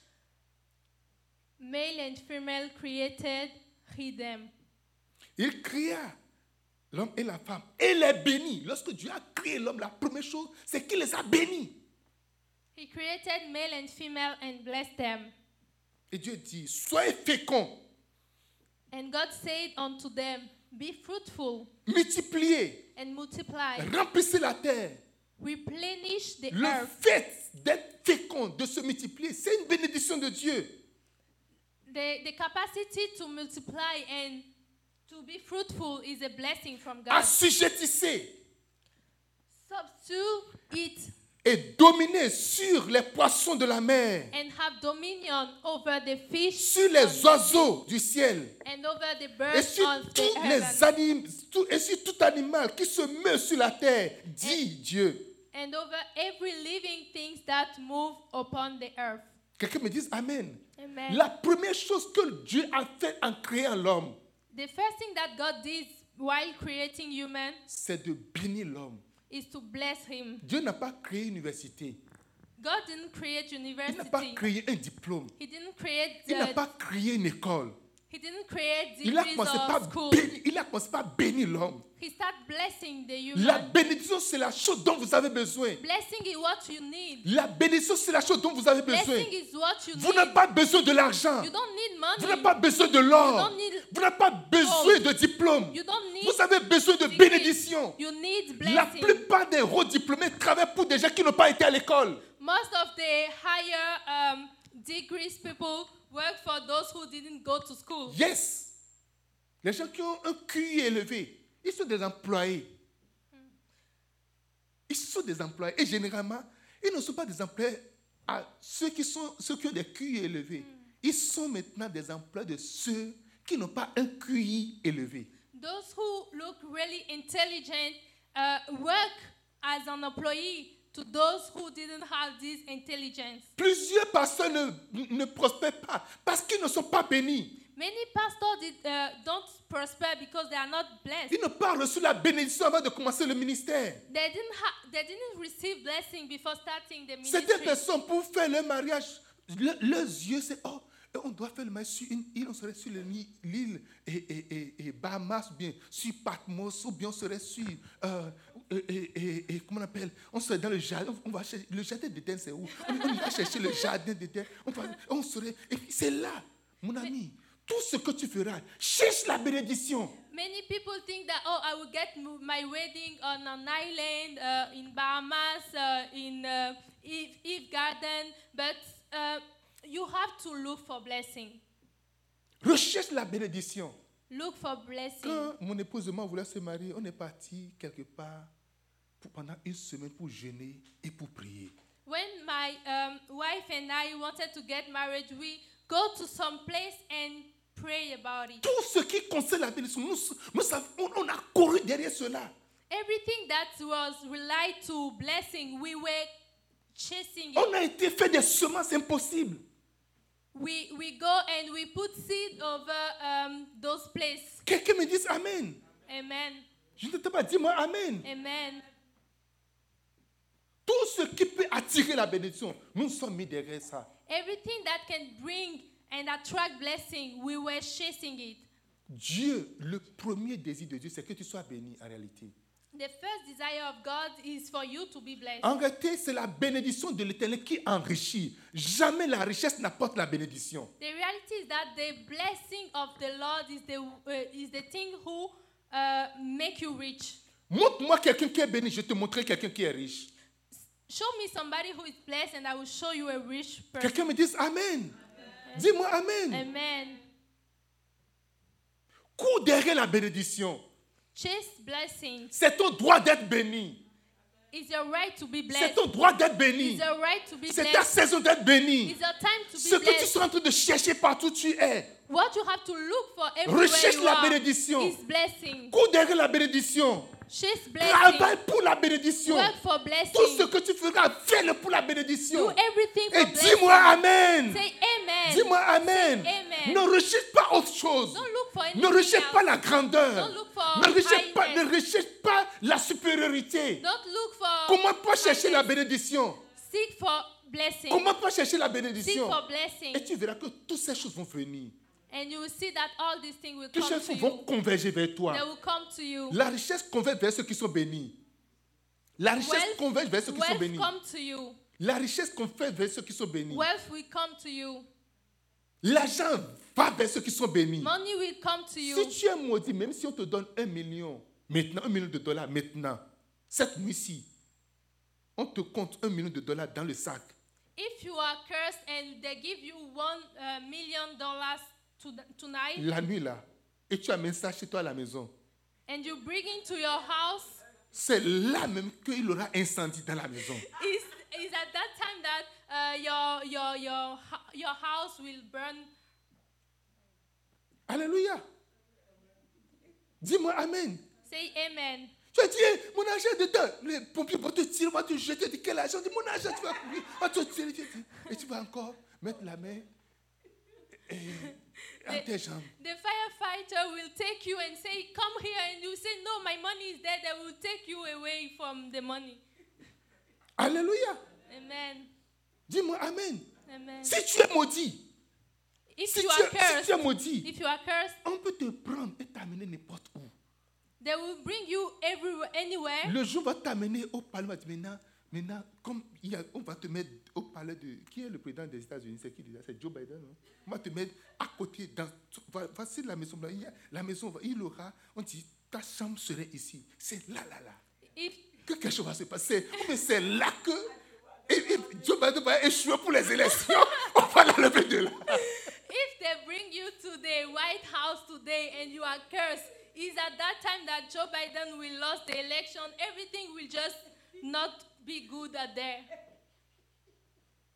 male and female created he them. Il créa l'homme et la femme et les bénit. Lorsque Dieu a créé l'homme, la première chose, c'est qu'il les a bénis. He created male and female and blessed them. Et Dieu dit, soyez féconds, And God said unto them, Be fruitful multipliez, and multiply, remplissez la terre. replenish the Le earth. fait d'être fécond, de se multiplier, c'est une bénédiction de Dieu. The, the capacity to multiply and to be fruitful is a blessing from God. Assujettissez Subdue it et dominez sur les poissons de la mer, and have dominion over the fish sur les oiseaux du ciel. and over the Et birds sur of the tous les heaven anim- tout, et sur tout animal qui se meut sur la terre, dit Dieu. and over every living thing that move upon the earth. Quelqu'un me dise Amen. Amen. La première chose que Dieu a fait en créant l'homme, The first thing that God did while creating human c'est de bénir l'homme. is to bless him. Dieu n'a pas créé une université. God didn't create Il n'a pas university. créé un diplôme. He didn't create Il n'a the, pas créé une école. he didn't create Il a degrees commencé or par school. bénir, il a commencé par bénir l'homme. He started blessing the human. La bénédiction, c'est la chose dont vous avez besoin. Blessing is what you need. La bénédiction, c'est la chose dont vous avez besoin. Blessing is what you Vous n'avez need. pas besoin de l'argent. You don't Vous need money. n'avez pas besoin de l'or. You don't need- Vous n'avez pas besoin Oh. de diplôme. You don't need Vous avez besoin de degree. bénédiction. You need La blessing. plupart des hauts diplômés travaillent pour des gens qui n'ont pas été à l'école. Most of the higher um, degrees people work for those who didn't go to school. Yes. Les gens qui ont un QI élevé, ils sont des employés. Ils sont des employés. Et généralement, ils ne sont pas des employés à ceux qui, sont, ceux qui ont des QI élevés. Ils sont maintenant des employés de ceux qui n'ont pas un QI élevé. Those who look really intelligent uh, work as an employee to those who didn't have this intelligence. Plusieurs personnes ne, ne prospèrent pas parce qu'ils ne sont pas bénis. Many pastors did, uh, don't prosper because they are not blessed. Ils n'ont pas reçu la bénédiction avant de commencer le ministère. They didn't ha- they didn't receive blessing before starting the Certaines ministry. personnes, pour faire leur mariage, le- leurs yeux, c'est oh, euh, on doit faire le mariage sur une île, on serait sur le ni- l'île et, et, et, et Bahamas, ou bien sur Patmos, ou bien on serait sur. euh, euh, et, et- et- comment on appelle On serait dans le jardin, on va chercher. Le jardin d'Éden, c'est où on, on va chercher le jardin d'Éden, on, va- on serait. Et puis c'est là, mon ami, tout ce que tu feras, cherche la bénédiction. Many people think that oh, I will get m- my wedding on an island uh, in Bahamas, uh, in uh, Eve, Eve Garden, but uh, you have to look for blessing. Recherche la bénédiction. Look for blessing. Quand mon épouse et moi voulaient se marier, on est parti quelque part pour- pendant une semaine pour jeûner et pour prier. When my um, wife and I wanted to get married, we go to some place and pray about it. Tout ce qui concerne la bénédiction, nous, nous savons- on, on a couru derrière cela. Everything that was relied to blessing, we were chasing it. On a été fait des semences impossibles. We, we go and we put seed over um, those places. Quelqu'un me dise Amen. Amen. Je ne t'ai pas dit, moi, Amen. Amen. Tout ce qui peut attirer la bénédiction, nous sommes mis derrière ça. Everything that can bring and attract blessing, we were chasing it. Dieu, le premier désir de Dieu, c'est que tu sois béni en réalité. The first desire of God is for you to be blessed. En réalité, c'est la bénédiction de l'éternel qui enrichit. Jamais la richesse n'apporte la bénédiction. The reality is that the blessing of the Lord is the uh, is the thing who uh, make you rich. Montre-moi quelqu'un qui est béni, je te montrerai quelqu'un qui est riche. Show me somebody who is blessed, and I will show you a rich person. Quelqu'un me dise Amen. Dis-moi Amen. Amen. Cours derrière la bénédiction. Chase blessing. C'est ton droit d'être béni. It's your right to be C'est blessed. ton droit d'être béni. It's your right to be C'est ta blessed. saison d'être béni. It's your time to Ce be que tu blessed. seras en train de chercher partout où tu es. What you have to look for everywhere Recherche you la are bénédiction. is blessing. Cours derrière la bénédiction. Chase blessing. Travaille pour la bénédiction. Work for Tout ce blessing. que tu feras, fais-le pour la bénédiction. Do everything for Et dis-moi blessing. Amen. Say amen. Dis-moi Amen. Say amen. Ne recherche pas autre chose. Don't look for anything Ne recherche else. pas la grandeur. Don't look for Ne recherche pas, highness. ne recherche pas la supériorité. Don't look for Comment pas chercher la highness. bénédiction Seek for blessing. Comment pas chercher la Seek bénédiction for blessing. Et tu verras que toutes ces choses vont venir. And you will see that all these things will Toutes come ces to choses you. vont converger vers They toi. will come to you. La richesse converge vers ceux qui sont bénis. La richesse Wealth- converge vers ceux qui sont Wealth bénis. come to you. La richesse converge vers ceux qui sont bénis. Wealth will come to you. L'argent va vers ceux qui sont bénis. Money will come to you. Si tu es maudit, même si on te donne un million, maintenant, un million de dollars, maintenant, cette nuit-ci, on te compte un million de dollars dans le sac. If you are cursed and they give you one uh, million dollars to tonight La nuit là, et tu amènes ça chez toi à la maison. and you bring it to your house, C'est là même qu'il aura incendie dans la maison. is is at that time that uh, your your your hou- your house will burn. Alléluia. Dis-moi Amen. Say amen. Tu as dit, Eh, mon argent est dedans. Les pompiers vont te tirer, vont te jeter. Dis, quel argent Dis, mon argent, tu vas courir, on te tirer. Tu dis, Et tu vas encore mettre la main eh, à tes jambes. The firefighter will take you and say, Come here. And you say, No, my money is there. They will take you away from the money. Alléluia. Amen. Dis-moi Amen. Amen. Si tu es maudit, If si tu you are es, si tu cursed, es maudit, if you are cursed, on peut te prendre et t'amener n'importe où. they will bring you everywhere, anywhere. Le jour va t'amener au palais. on va te dire, Maintenant, maintenant comme il y a- on va te mettre au palais de. Qui est le président des États-Unis C'est qui déjà C'est Joe Biden. non on va te mettre à côté. Dans, va, va sur la maison. blanche. Il y a- la maison, il aura. On dit ta chambre serait ici. C'est là, là, là. If Que quelque chose va se passer. Oh, Mais c'est là que. et- et Joe Biden va échouer pour les élections. On va l'enlever de là. if they bring you to the White House today and you are cursed, is at that time that Joe Biden will lose the election. Everything will just not be good at there.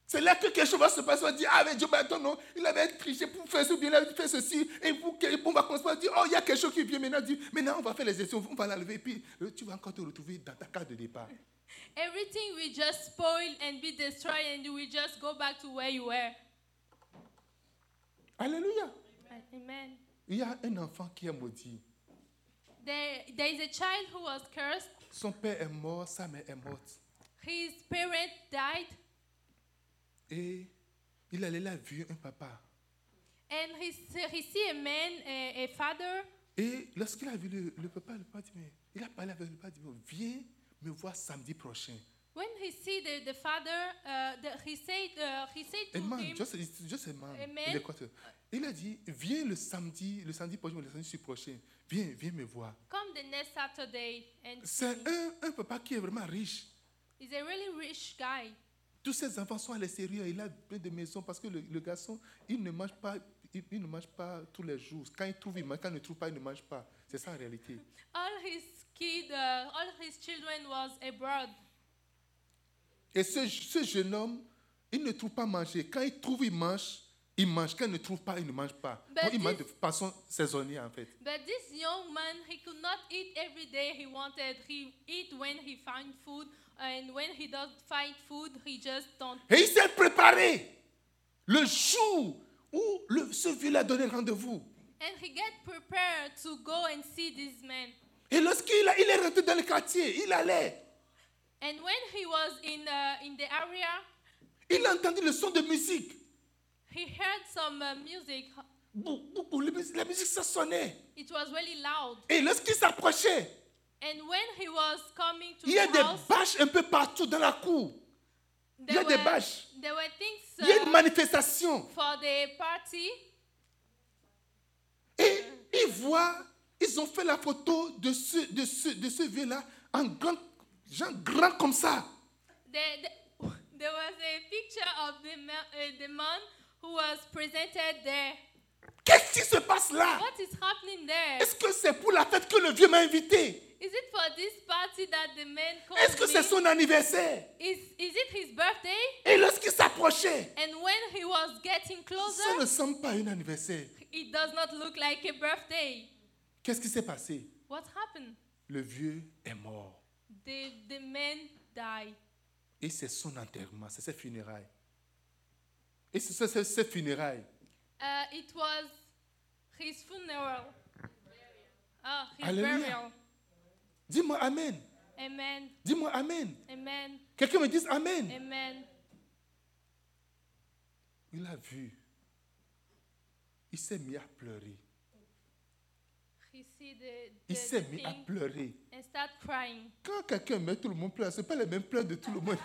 C'est là que quelque chose va se passer. On dit, ah, mais Joe Biden, non, il avait triché pour faire ceci, ou bien il avait fait ceci. Et vous, que- on va commencer à dire, oh, il y a quelque chose qui vient maintenant. Dit, maintenant, on va faire les élections, on va l'enlever. Et puis, euh, tu vas encore te retrouver dans ta carte de départ. Everything will just spoil and be destroyed, and you will just go back to where you were. Alléluia. Amen. Il y a un enfant qui est maudit. There, there is a child who was cursed. Son père est mort, sa mère est morte. His parent died, Et il allait là vu un papa. and he, s- he see a man, a, a father. Et lorsqu'il a vu le, le papa, le papa dit, mais il a parlé avec le papa, il dit, viens me voir samedi prochain. When he see the, the father, uh, the, he said uh, he said Et to man, him, Just, it's just a man. Amen. Il est quoi, ce- Il a dit, viens le samedi, le samedi prochain, ou le samedi prochain. Viens, viens me voir. "Come the next Saturday." And see C'est me." un, un papa qui est vraiment riche. he's a really rich guy. Tous ses enfants sont à l'extérieur. Il a plein de maisons parce que le, le garçon, il ne mange pas, il, il ne mange pas tous les jours. Quand il trouve, il mange. Quand il ne trouve pas, il ne mange pas. C'est ça en réalité. All his kid, uh, all his children was abroad, Et ce, ce jeune homme, il ne trouve pas manger. Quand il trouve, il mange. Ils mangent. Quand ils ne trouvent pas, ils ne mangent pas. But Donc, ils this- mangent de façon saisonnière, en fait. But this young man, he could not eat every day he wanted. He eat when he find food, and when he doesn't find food, he just don't. Et il s'est préparé le jour où le, ce vieux lui a donné rendez-vous. And he get prepared to go and see this man. Et lorsqu'il a- il est rentré dans le quartier, il allait. And when he was in uh, in the area, Il a entendu le son de musique. he heard some uh, music. Bou, bou, bou, le mus- la musique, ça sonnait. It was really loud. Et lorsqu'il s'approchait, And when he was coming to il y a the des house, bâches un peu partout dans la cour. il y a there des were, bâches. there were things Il y a uh, une manifestation. for the party. Et ils voient, ils ont fait la photo de ce, de ce, de ce vieux-là en grand, genre grand comme ça. There, the- there was a picture of the, ma- uh, the man who was presented there. Qu'est-ce qui se passe là What is happening there? Est-ce que c'est pour la fête que le vieux m'a invité Is it for this party that the man called Est-ce que c'est me? son anniversaire Is, is it his birthday? Et lorsqu'il s'approchait, And when he was getting ça ne closer, semble pas un anniversaire. it does not look like a birthday. Qu'est-ce qui s'est passé What happened? Le vieux est mort. The, the man died. Et c'est son enterrement, c'est ses funérailles. Et c'est c'est- c'est ses funérailles. Uh, it was his funeral. Ah, his Hallelujah. burial. Dis-moi Amen. Amen. Dis-moi Amen. Amen. Quelqu'un me dise Amen. Amen. Il a vu. Il s'est mis à pleurer. He see the, the, Il s'est the mis à thing pleurer. and start crying. Quand quelqu'un met tout le monde pleure, ce n'est pas les mêmes pleurs de tout le monde.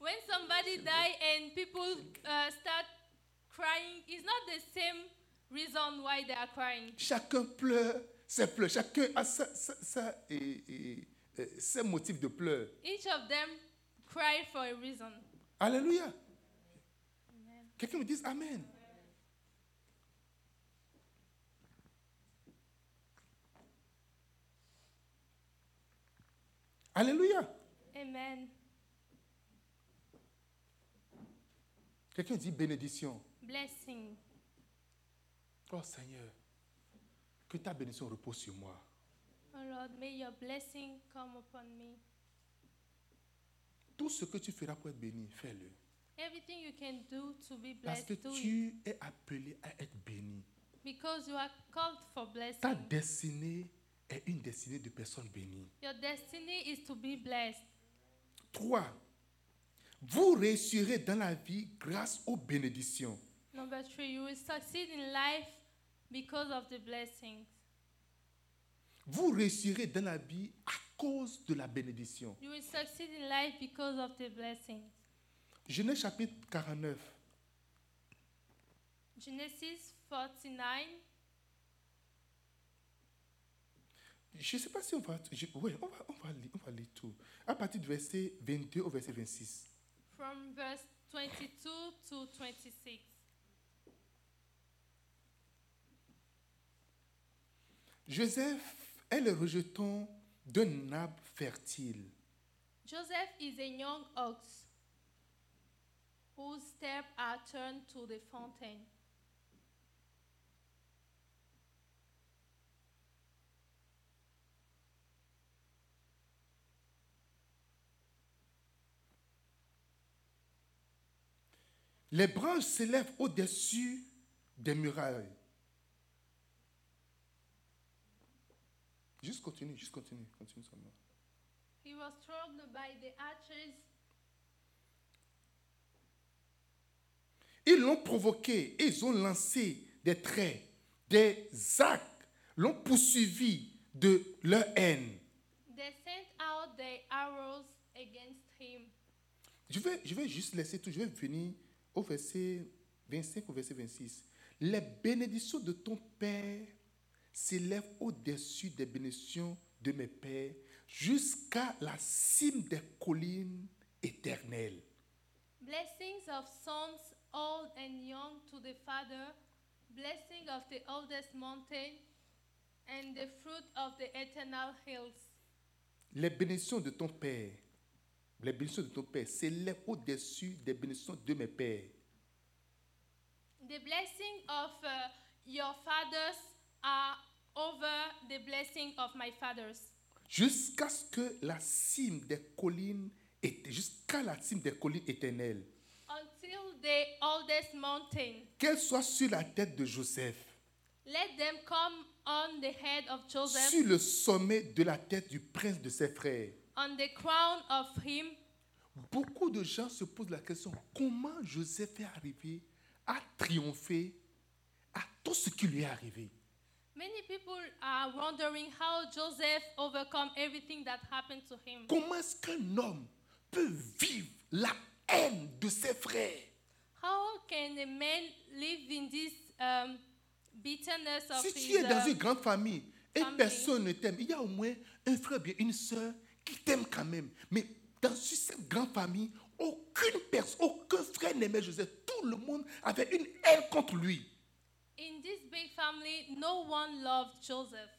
When somebody die and people uh, start crying, it's not the same reason why they are crying. Chacun pleure, ses pleurs. Chacun a sa, sa- sa- et- et- et ses motifs de pleurs. Each of them cried for a reason. Alléluia. Quelqu'un me dise Amen. Alléluia. Amen. Quelqu'un dit bénédiction. Blessing. Oh Seigneur, que ta bénédiction repose sur moi. Oh Lord, may your blessing come upon me. Tout ce que tu feras pour être béni, fais-le. Everything you can do to be Parce blessed, que do it. tu es appelé à être béni. Because you are called for Ta blessing. destinée est une destinée de personnes bénies. Your destiny is to be blessed. 3. Vous réussirez dans la vie grâce aux bénédictions. Number three, you will succeed in life because of the blessings. Vous réussirez dans la vie à cause de la bénédiction. You will succeed in life because of the blessings. Genèse chapitre 49, Genesis 49. Je ne sais pas si on va, je- ouais, on va, on va lire, on va lire tout. À partir du verset 22 au verset 26. from verse 22 to 26. Joseph est le rejeton d'un arbre fertile. Joseph is a young ox whose steps are turned to the fountain. Les branches s'élèvent au-dessus des murailles. Juste continue, juste continue, continue seulement. He was troubled by the archers. Ils l'ont provoqué, et ils ont lancé des traits, des actes, l'ont poursuivi de leur haine. They sent out their arrows against him. Je vais, je vais juste laisser tout, je vais venir au verset 25 au verset 26. Les bénédictions de ton Père s'élèvent au-dessus des bénédictions de mes pères jusqu'à la cime des collines éternelles. Blessings of sons, old and young, to the father, blessing of the oldest mountain, and the fruit of the eternal hills. Les bénédictions de ton Père, les bénédictions de ton Père s'élèvent au-dessus des bénédictions de mes pères the blessing of uh, your fathers are over the blessing of my fathers. jusqu'à ce que la cime des collines était jusqu'à la cime des collines éternelles, Until the oldest mountain, qu'elle soit sur la tête de Joseph, let them come on the head of Joseph, sur le sommet de la tête du prince de ses frères. on the crown of him. Beaucoup de gens se posent la question comment Joseph est arrivé à triompher à tout ce qui lui est arrivé. Many people are wondering how Joseph overcome everything that happened to him. Comment est-ce qu'un homme peut vivre la haine de ses frères How can a man live in this um, bitterness of Si his tu es dans uh, une grande famille et famille. personne ne t'aime, il y a au moins un frère, bien une sœur qui t'aime quand même. Mais dans sur cette grande famille, aucune personne, aucun frère n'aimait Joseph. Tout le monde avait une haine contre lui. in this big family? No one loved Joseph.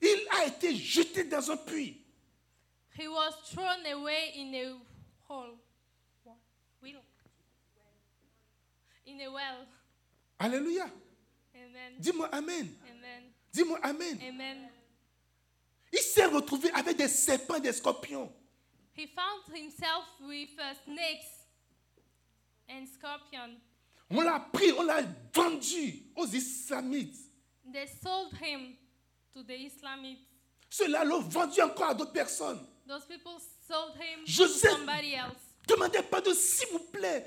Il a été jeté dans un puits. He was thrown away in a hole, will, in a well. Alléluia. Amen. Dis-moi Amen. Amen. Dis-moi Amen. Amen. Il s'est retrouvé avec des serpents, des scorpions. He found himself with uh, snakes and scorpion. On l'a pris, on l'a vendu aux islamites. They sold him to the Islamites. Ceux-là l'ont vendu encore à d'autres personnes. Those people sold him Joseph- to somebody else. Demandez pas de s'il vous plaît.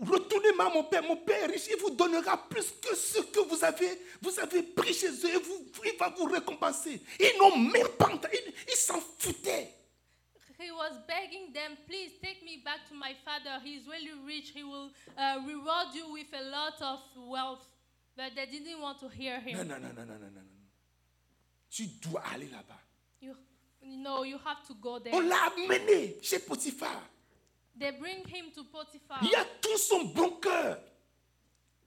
Retournez-moi à mon père. Mon père est riche. Il vous donnera plus que ce que vous avez, vous avez pris chez eux. Et vous, il va vous récompenser. Ils n'ont même pas entendu. Ils ils s'en foutaient. He was begging them, please take me back to my father. He's really rich. He will uh, reward you with a lot of wealth. But they didn't want to hear Non, him. non, non, non, non, non, non. non. Tu dois aller là-bas. You, no, you have to go On there. l'a amené chez Potiphar. They bring him to Potiphar Il a tout son bon cœur.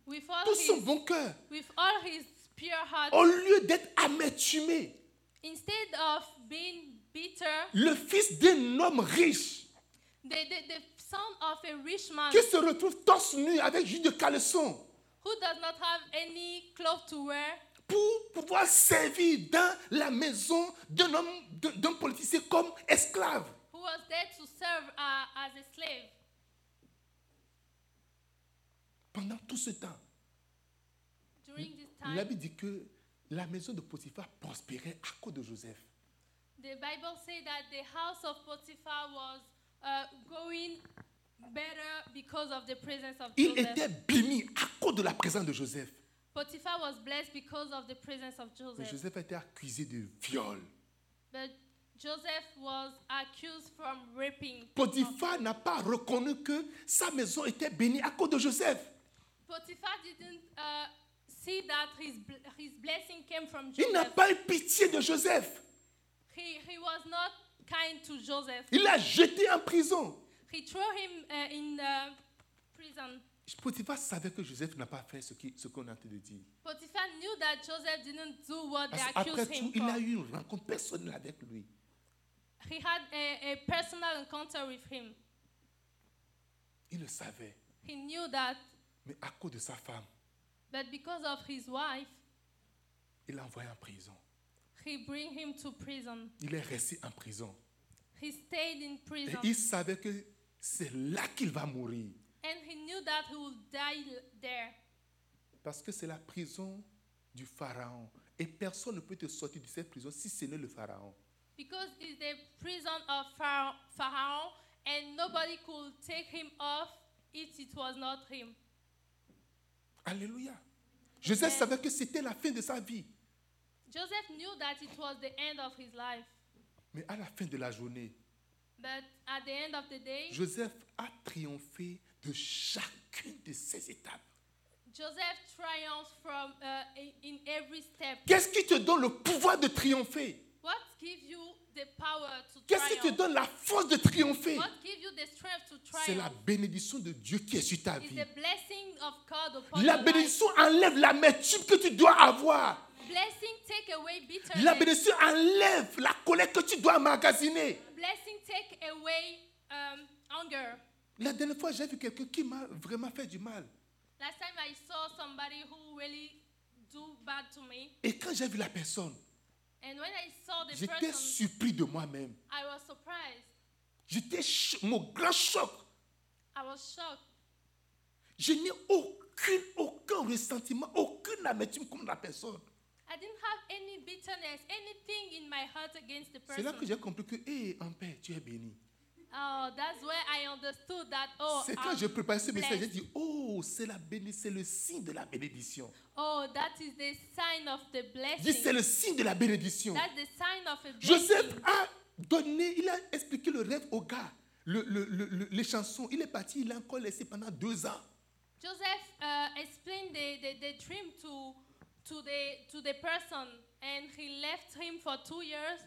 with, all Tout son his, bon cœur. with all his pure heart. Au lieu d'être amertumé, Instead of being bitter, le fils d'un homme riche the, the, the son of a rich man qui se retrouve torse nu avec juste de caleçon. who does not have any clothes to wear pour pouvoir servir dans la maison d'un homme, d'un d'un politicien comme esclave. who was there to serve uh, as a slave. Pendant tout ce temps, During this la time, Bible dit que la maison de Potiphar prospérait à cause de Joseph. the Bible says that the house of Potiphar was uh, going better because of the presence of Il Joseph. était béni à cause de la présence de Joseph. Potiphar was blessed because of the presence of Mais Joseph. Joseph a été accusé de viol. But Joseph was accused from raping. Potiphar n'a pas reconnu que sa maison était bénie à cause de Joseph. Potiphar didn't uh, see that his, bl- his blessing came from Il n'a Joseph. pas eu pitié de Joseph. He, he was not kind to Joseph. Il l'a jeté en prison. He threw him uh, in uh, prison. Potiphar savait que Joseph n'a pas fait ce qui- ce qu'on est en train de dire. Potiphar knew that Joseph didn't do what they Parce accused qu'après tout, him il a for. eu une rencontre personnelle avec lui. He had a, a personal encounter with him. Il le savait. He knew that, Mais à cause de sa femme, but because of his wife, il l'a envoyé en prison. he bring him to prison. Il est resté en prison. He stayed in Et prison, il savait que c'est là qu'il va mourir. and he knew that he would die l- there Parce que c'est la prison du Pharaon. Et personne ne peut te sortir de cette prison si ce n'est le Pharaon. because it's the prison of Pharaoh, Pharaoh, and nobody could take him off if it was not him. Alléluia. Joseph Amen. savait que c'était la fin de sa vie. Joseph knew that it was the end of his life, Mais à la fin de la journée, but at the end of the day, Joseph a triomphé de chacune de ses étapes. Joseph triumphed from uh, in- in every step. Qu'est-ce qui te donne le pouvoir de triompher What gives you the power to Qu'est-ce qui te triumph? donne la force de triompher What gives you the strength to C'est la triumph? bénédiction de Dieu qui est sur ta It's vie. the blessing of God upon La your bénédiction enlève l'amertume que tu dois avoir. life. Blessing take away bitterness. La bénédiction enlève la colère que tu dois emmagasiner. Blessing take away um, anger. La dernière fois, j'ai vu quelqu'un qui m'a vraiment fait du mal. Last time I saw somebody who really do bad to me, Et quand j'ai vu la personne, and when I saw the j'étais person, surpris de moi-même. I was surprised. J'étais cho- mon grand choc. I was shocked. Je n'ai aucune, aucun ressentiment, aucune amertume contre la personne. I didn't have any bitterness, anything in my heart against the C'est person. là que j'ai compris que, hé, en paix, tu es béni. Oh, that's where I understood that. Oh, c'est quand I'm j'ai préparé ce message, j'ai blessed. dit, oh, c'est la béni, c'est le signe de la bénédiction. Oh, that is the sign of the Dis, c'est blessing. le signe de la bénédiction. That's the sign of a Joseph blessing. a donné, il a expliqué le rêve au gars, le- le- le- le- les chansons. Il est parti, il l'a encore laissé pendant deux ans. Joseph uh, explained the, the, the dream to to the to the person, and he left him for two years.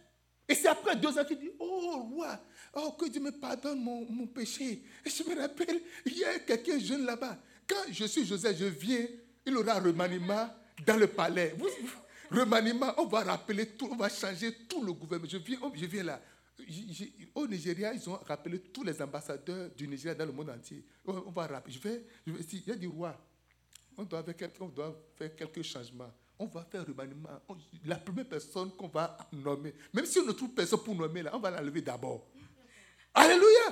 Et c'est après deux ans qu'il dit, oh roi, oh que Dieu me pardonne mon, mon péché. Et je me rappelle, il y a quelqu'un jeune là-bas. Quand je suis Joseph, je viens, il aura un remaniement dans le palais. Vous- vous- remaniement, on va rappeler tout, on va changer tout le gouvernement. Je viens, oh, je viens là. J- j- Au Nigeria, ils ont rappelé tous les ambassadeurs du Nigeria dans le monde entier. On, on va rappeler. Je vais, je vais- si, il y a du roi. On doit, faire quelque- on doit faire quelques changements. On va faire un remaniement. On- la première personne qu'on va nommer, même si on ne trouve personne pour nommer, là, on va l'enlever d'abord. Alléluia!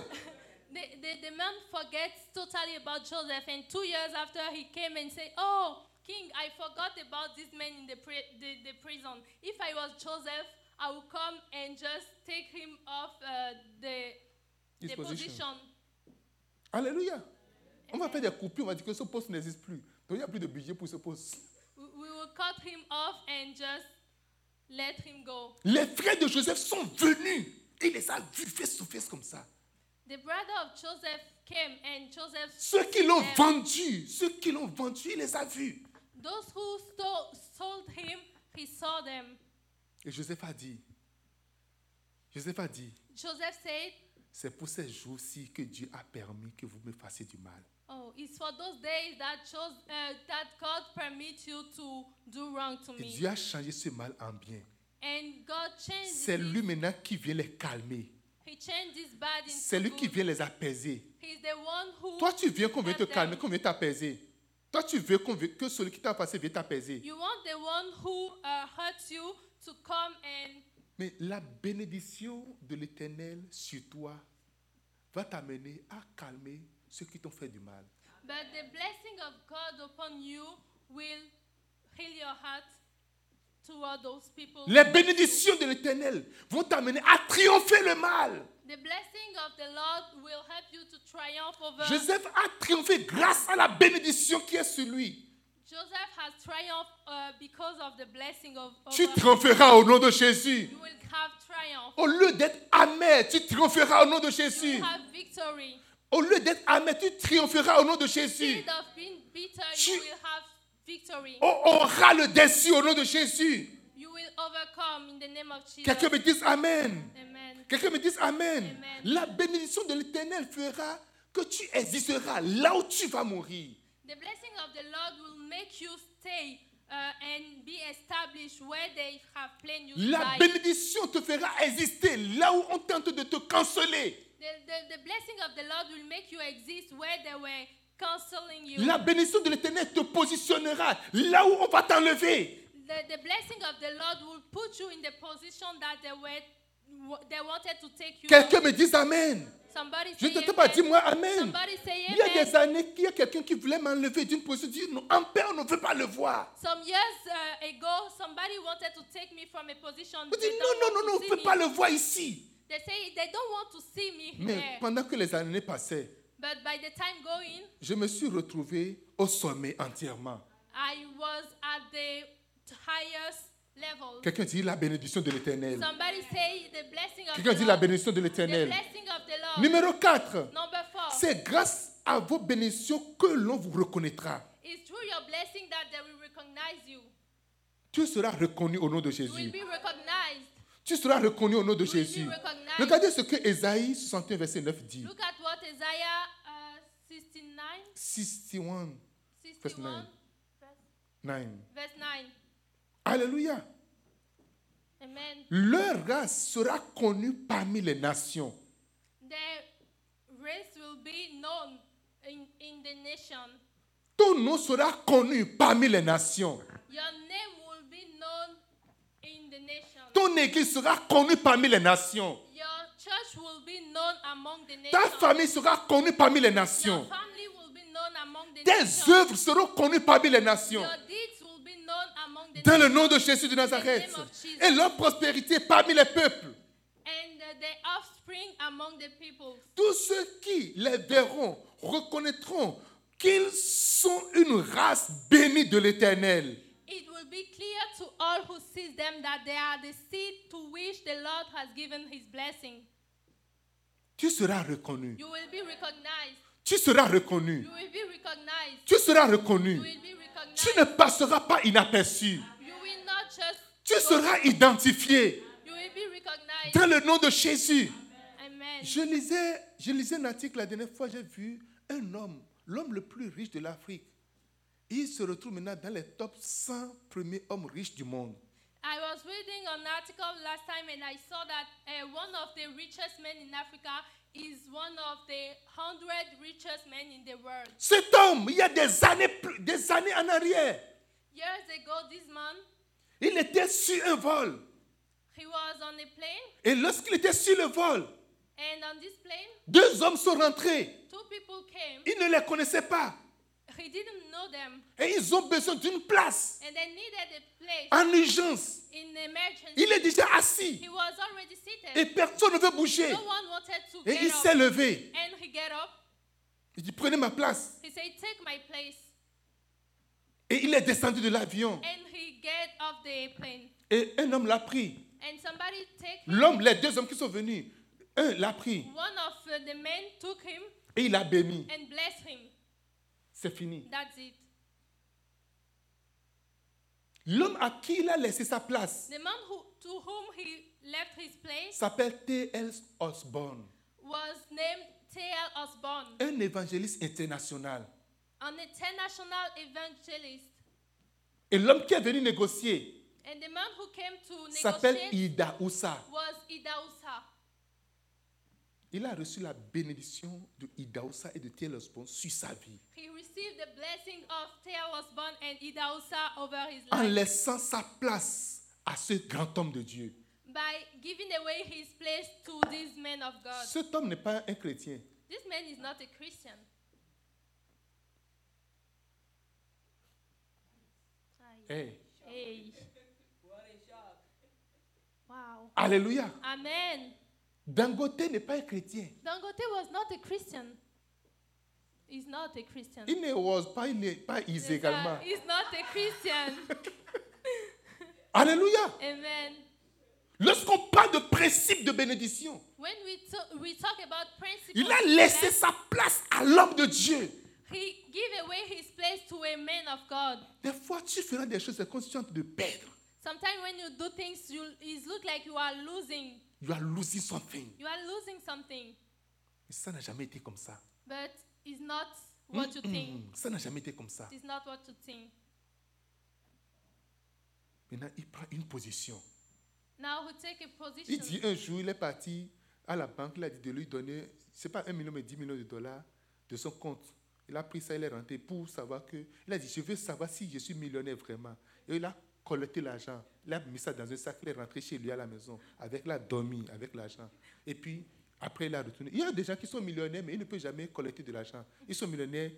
The, the, the man forgets totally about Joseph, and two years after he came and said, "Oh, King, I forgot about this man in the, pri- the, the prison. If I was Joseph, I would come and just take him off uh, the, His the position. position Alléluia! On va faire des coupures, on va dire que ce poste n'existe plus. Donc il n'y a plus de budget pour ce poste. We we will cut him off and just let him go. Les frères de Joseph sont venus. Il les a vus face to face comme ça. The brother of Joseph came, and Joseph, Ceux qui l'ont vendu, ceux qui l'ont vendu, il les a vus. those who stole, sold him, he saw them. Et Joseph a dit, Joseph a dit, Joseph said, c'est pour ces jours-ci que Dieu a permis que vous me fassiez du mal. "Oh, it's for those days that chose, uh, that God permits you to do wrong to Et me, Dieu a changé ce mal en bien. and God changes C'est it. lui maintenant qui vient les calmer. He changed this bad C'est into lui qui vient good. les apaiser. He's the one who Toi, tu viens qu'on vienne te helped them. calmer, qu'on vienne t'apaiser. Toi, tu veux qu'on vienne- que celui qui t'a passé vienne t'apaiser. You want the one who uh, hurts you to come and Mais la bénédiction de l'Éternel sur toi va t'amener à calmer ceux qui t'ont fait du mal. But the blessing of God upon you will heal your heart toward those people. Les bénédictions de l'Éternel vont t'amener à triompher le mal. the blessing of the Lord will help you to triumph over. Joseph a triomphé grâce à la bénédiction qui est sur lui. Joseph has triumphed uh, because of the blessing of. of Tu God. triompheras au nom de Jésus. You will have triumph. Au lieu d'être amer, tu triompheras au nom de You Jésus. will have victory. Au lieu d'être amer, tu triompheras au nom de Jésus. Instead of being bitter, Tu- you will have victory. On aura le déçu au nom de Jésus. You will overcome in the name of Quelqu'un me Jesus. dise Amen. Amen. Quelqu'un me dise Amen. Amen. La bénédiction de l'Éternel fera que tu existeras là où tu vas mourir. The blessing of the Lord will make you stay uh, and be established where they have planned you to La die. bénédiction te fera exister là où on tente de te canceller. The, the, the blessing of the Lord will make you exist where they were canceling you. La bénédiction de l'Éternel te positionnera là où on va t'enlever. The, the blessing of the Lord will put you in the position that they were they wanted to take you. Quelqu'un me dise Amen. Somebody Je say ne t'entends pas, dis-moi amen. Amen. Somebody say Il y a des amen. années qu'il y a quelqu'un qui voulait m'enlever d'une position, dire non, en paix, on ne veut pas le voir. Some years uh, ago, somebody wanted to take me from a position. On dit they don't non, non, want non, non, on to see ne peut me. pas le voir ici. They say they don't want to see me Mais here. pendant que les années passaient, But by the time going, je me suis retrouvé au sommet entièrement. I was at the highest level. Quelqu'un dit la bénédiction de l'éternel. Somebody say the blessing of Quelqu'un the dit la Lord. bénédiction de The l'éternel. blessing of the Lord. Numéro 4. Number four. C'est grâce à vos bénédictions que l'on vous reconnaîtra. It's through your blessing that they will recognize you. Tu seras reconnu au nom de You will Jésus. be recognized. Tu seras reconnu au nom de You will Jésus. be recognized. Regardez ce que Ésaïe 61, verset 9 dit. Look at what Isaiah uh, 69, 61, 61, nine. 9. 9. verse 9. Alléluia. Amen. Leur race sera connue parmi les nations. Their race will be known in, in the nation. Ton nom sera connu parmi les nations. Your name will be known in the nation. Ton église sera connue parmi les nations. Your church will be known among the Ta nations. famille sera connue parmi les Your nations. family will be known among the nations. Tes œuvres seront connues parmi les nations. Your deeds will be known among the Dans le nations. nom de Jésus de Nazareth. In the name of Jesus. Et leur prospérité parmi les peuples. And uh, the offspring among the people. Tous ceux qui les verront reconnaîtront qu'ils sont une race bénie de l'Éternel. It will be clear to all who sees them that they are the seed to which the Lord has given his blessing. Tu seras reconnu. You will be recognized. Tu seras reconnu. You will be recognized. Tu seras You reconnu. will be Tu ne recognized. passeras pas inaperçu. You will not just Tu seras identifié you will be recognized. dans le nom de Jésus. Amen. Je lisais, je lisais un article la dernière fois, j'ai vu un homme, l'homme le plus riche de l'Afrique. Il se retrouve maintenant dans les top 100 premiers hommes riches du monde. I was reading an article last time and I saw that uh, one of the richest men in Africa is one of the 100 richest men in the world. Cet homme, il y a des années, plus- des années en arrière, Years ago this month, il était sur un vol. he was on a plane Et lorsqu'il était sur le vol, and on this plane deux hommes sont rentrés. two people came. Ils ne les connaissaient pas. He didn't know them Et ils ont besoin d'une place and they needed a place en urgence. in emergency. Il est déjà assis He was already et seated. personne ne veut bouger. No one wanted to Et get il up. s'est levé. And he get up. Il dit prenez ma place. He said, "Take my place." Et il est descendu de l'avion. And he get off the plane. Et un homme l'a pris. And somebody take him. L'homme, les deux hommes qui sont venus, un l'a pris One of uh, the men took him et il a béni. and blessed him. C'est fini. That's it. L'homme à qui il a laissé sa place The man who, to whom he left his place s'appelle T.L. Osborne, was named T.L. Osborne, un évangéliste international. an international evangelist. Et l'homme qui est venu négocier And the man who came to s'appelle negotiate Ida Oussa. was Idausa. Il a reçu la bénédiction de Ida Oussa et de T.L. Osborne sur sa vie He received the blessing of T.L. Osborne and Idausa over his en life laissant sa place à ce grand homme de Dieu. by giving away his place to this man of God. Cet homme n'est pas un chrétien. This man is not a Christian. Hey. Hey. Wow. Alléluia. Amen. Dangote n'est pas un chrétien. Dangote was not a Christian. He's not a Christian. Il ne was pas, il n'est pas is Yes, également. sir. He's not a Christian. Alléluia. Amen. Lorsqu'on parle de principe de bénédiction, When we, to- we talk about principles, il a of laissé blessing, sa place à l'homme de Dieu. he gave away his place to a man of God. Des fois, tu feras des choses conscientes de perdre. Sometimes when you do things, you it look like you are losing. You are losing something. You are losing something, Mais ça n'a jamais été comme ça. but it's not what you think. Mm, Ça n'a jamais été comme ça. It's not what you think. Maintenant, il prend une position. Now he take a Il position. dit un jour, il est parti à la banque, il a dit de lui donner, c'est pas un million, mais 10 millions de dollars de son compte. Il a pris ça, il est rentré pour savoir que. Il a dit, je veux savoir si je suis millionnaire vraiment. Et il a collecté l'argent. Il a mis ça dans un sac, il est rentré chez lui à la maison, avec la dormi, avec l'argent. Et puis, après, il a retourné. Il y a des gens qui sont millionnaires, mais ils ne peuvent jamais collecter de l'argent. Ils sont millionnaires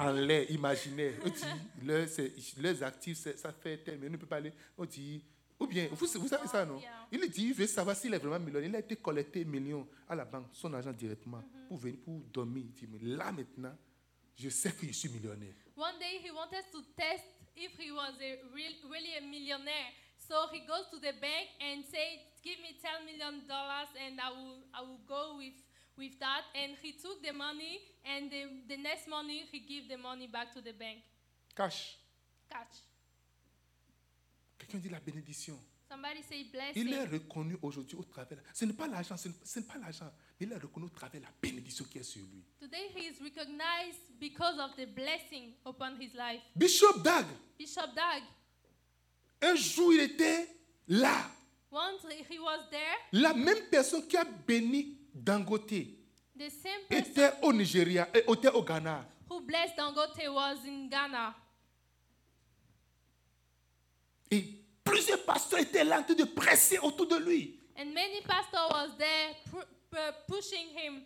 en l'air, imaginaire. On dit, leurs, c'est- leurs actifs, c'est- ça fait tel, mais on ne peut pas aller. On dit, ou bien, vous, vous savez ça, non Yeah. Il dit, il veut savoir s'il est vraiment millionnaire. Il a été collecté millions à la banque, son argent directement, pour venir, pour dormir. Il dit, mais là maintenant, je sais que je suis millionnaire. One day he wanted to test if he was a real, really a millionaire. So he goes to the bank and said, "Give me 10 million dollars, and I will I will go with with that." And he took the money, and the, the next morning he gave the money back to the bank. Cash. Catch. Quelqu'un dit la bénédiction. Somebody say Il blessing. est reconnu aujourd'hui au travers. Ce n'est pas l'argent, ce n'est- ce n'est pas l'argent, mais il est reconnu au travers de la bénédiction qui est sur lui. Today he is recognized because of the blessing upon his life. Bishop Dag, Bishop Dag, un jour, il était là. once he was there, La même personne qui a béni Dangote the same person était au Nigeria, euh, était au Ghana. who blessed Dangote was in Ghana. Et plusieurs pasteurs étaient là en train de presser autour de lui. And many pastor was there pr- pr- pushing him.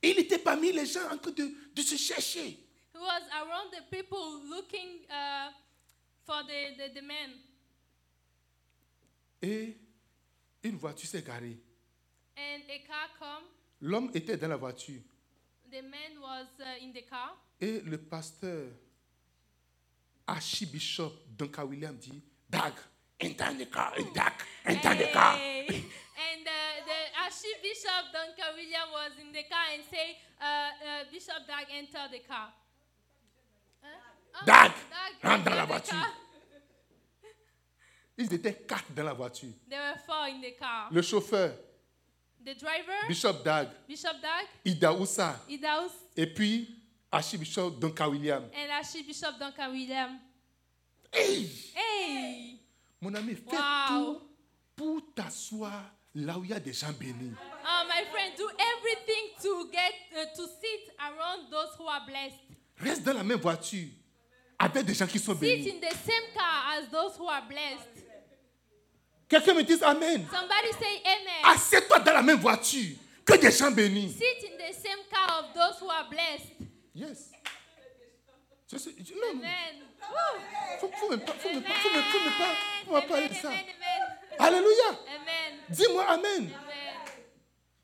Et il était parmi les gens en train de, de se chercher. He was around the people looking uh, for the, the, the man. Et une voiture s'est garée. And a car come. L'homme était dans la voiture. The man was uh, in the car. Et le pasteur archibishop Duncan William dit Dag, Enter in the car, in dark, enter in the car. Hey. And uh, the Archbishop Duncan William was in the car and say, uh, uh, Bishop Dag, enter the car. Huh? Oh, Dag, rentre enter dans la the voiture. car. Ils étaient quatre dans la voiture. There were four in the car. Le chauffeur, The driver, Bishop Dag, Bishop Dag, Ida Oussa, Idaus, et puis Archibishop Duncan William. and Archbishop Duncan William. Hey! Hey! Mon ami, fais Wow! tout pour t'asseoir là où il y a des gens bénis. Oh, my friend, do everything to get uh, to sit around those who are blessed. Reste dans la même voiture avec des gens qui sont Sit bénis. in the same car as those who are blessed. Quelqu'un me dise Amen. Somebody say amen. Assieds-toi dans la même voiture que des gens bénis. sit in the same car of those who are blessed. Yes. Je sais- je- non, non. Amen. Faut, faut même pas, faut même pas, faut même- faut même pas, faut Amen. même pas parler de ça. Amen. Amen. Alléluia. Amen. Dis-moi Amen. Amen.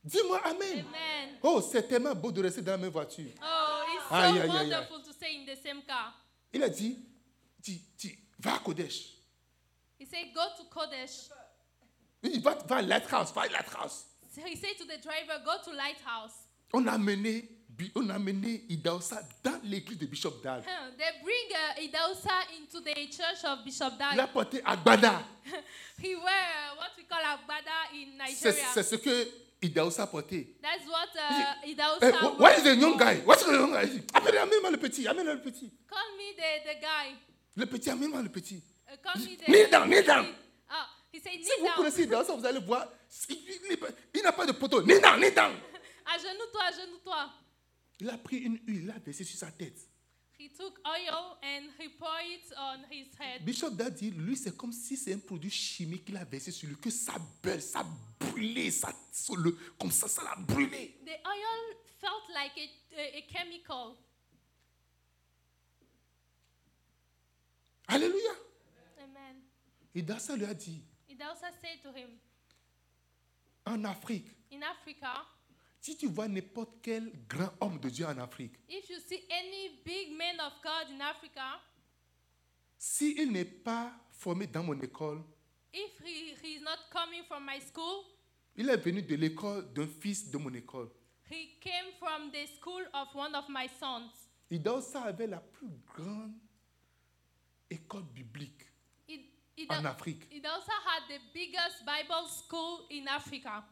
Dis-moi Amen. Amen. Oh, c'est tellement beau de rester dans la même voiture. Oh, it's so Aïe, aïe, aïe, aïe. wonderful to stay in the same car. Il a dit, dis- dis, va à Kodesh. He said, Go to Kodesh. Il dit, va, va à Lighthouse, va à Lighthouse. So he said to the driver, Go to Lighthouse. On a amené, Bi- on a amené Idaosa dans l'église de Bishop Dag. Huh, They bring uh, Idausa into the church of Bishop Il a Dag. porté Agbada. He wear uh, what we call agbada in C'est Nigeria. c'est ce que Idaosa a porté. That's what uh, Hey, Idausa. eh, wh- where is wear. the young guy? What's the young guy? Il dit, Amène, amène-moi le petit, amène-moi le petit. Call me the, the guy. Le petit, amène-moi le petit. Uh, call me the. Kneel down, kneel down. Oh, he said, Si kneel vous down. connaissez Idaosa, vous allez voir, il- il, il- il n'a pas de poteau. Ni dans, ni dans. Agenouille-toi, agenouille-toi. Il a pris une huile, il l'a versée sur sa tête. He took oil and he poured it on his head. Bishop Dag dit, lui, c'est comme si c'est un produit chimique qu'il a versé sur lui, que ça brûle, ça brûlait, ça, sur le- comme ça, ça l'a brûlé. The oil felt like a, a, a chemical. Alléluia. Amen. Et Dassa lui a dit, It also said to him, en Afrique, in Africa, si tu vois n'importe quel grand homme de Dieu en Afrique, if you see any big man of God in Africa, s'il n'est pas formé dans mon école, if he, he is not coming from my school, il est venu de l'école d'un fils de mon école. he came from the school of one of my sons. Idaosa avait la plus grande école biblique It, it, en Afrique. it also had the biggest Bible school in Africa.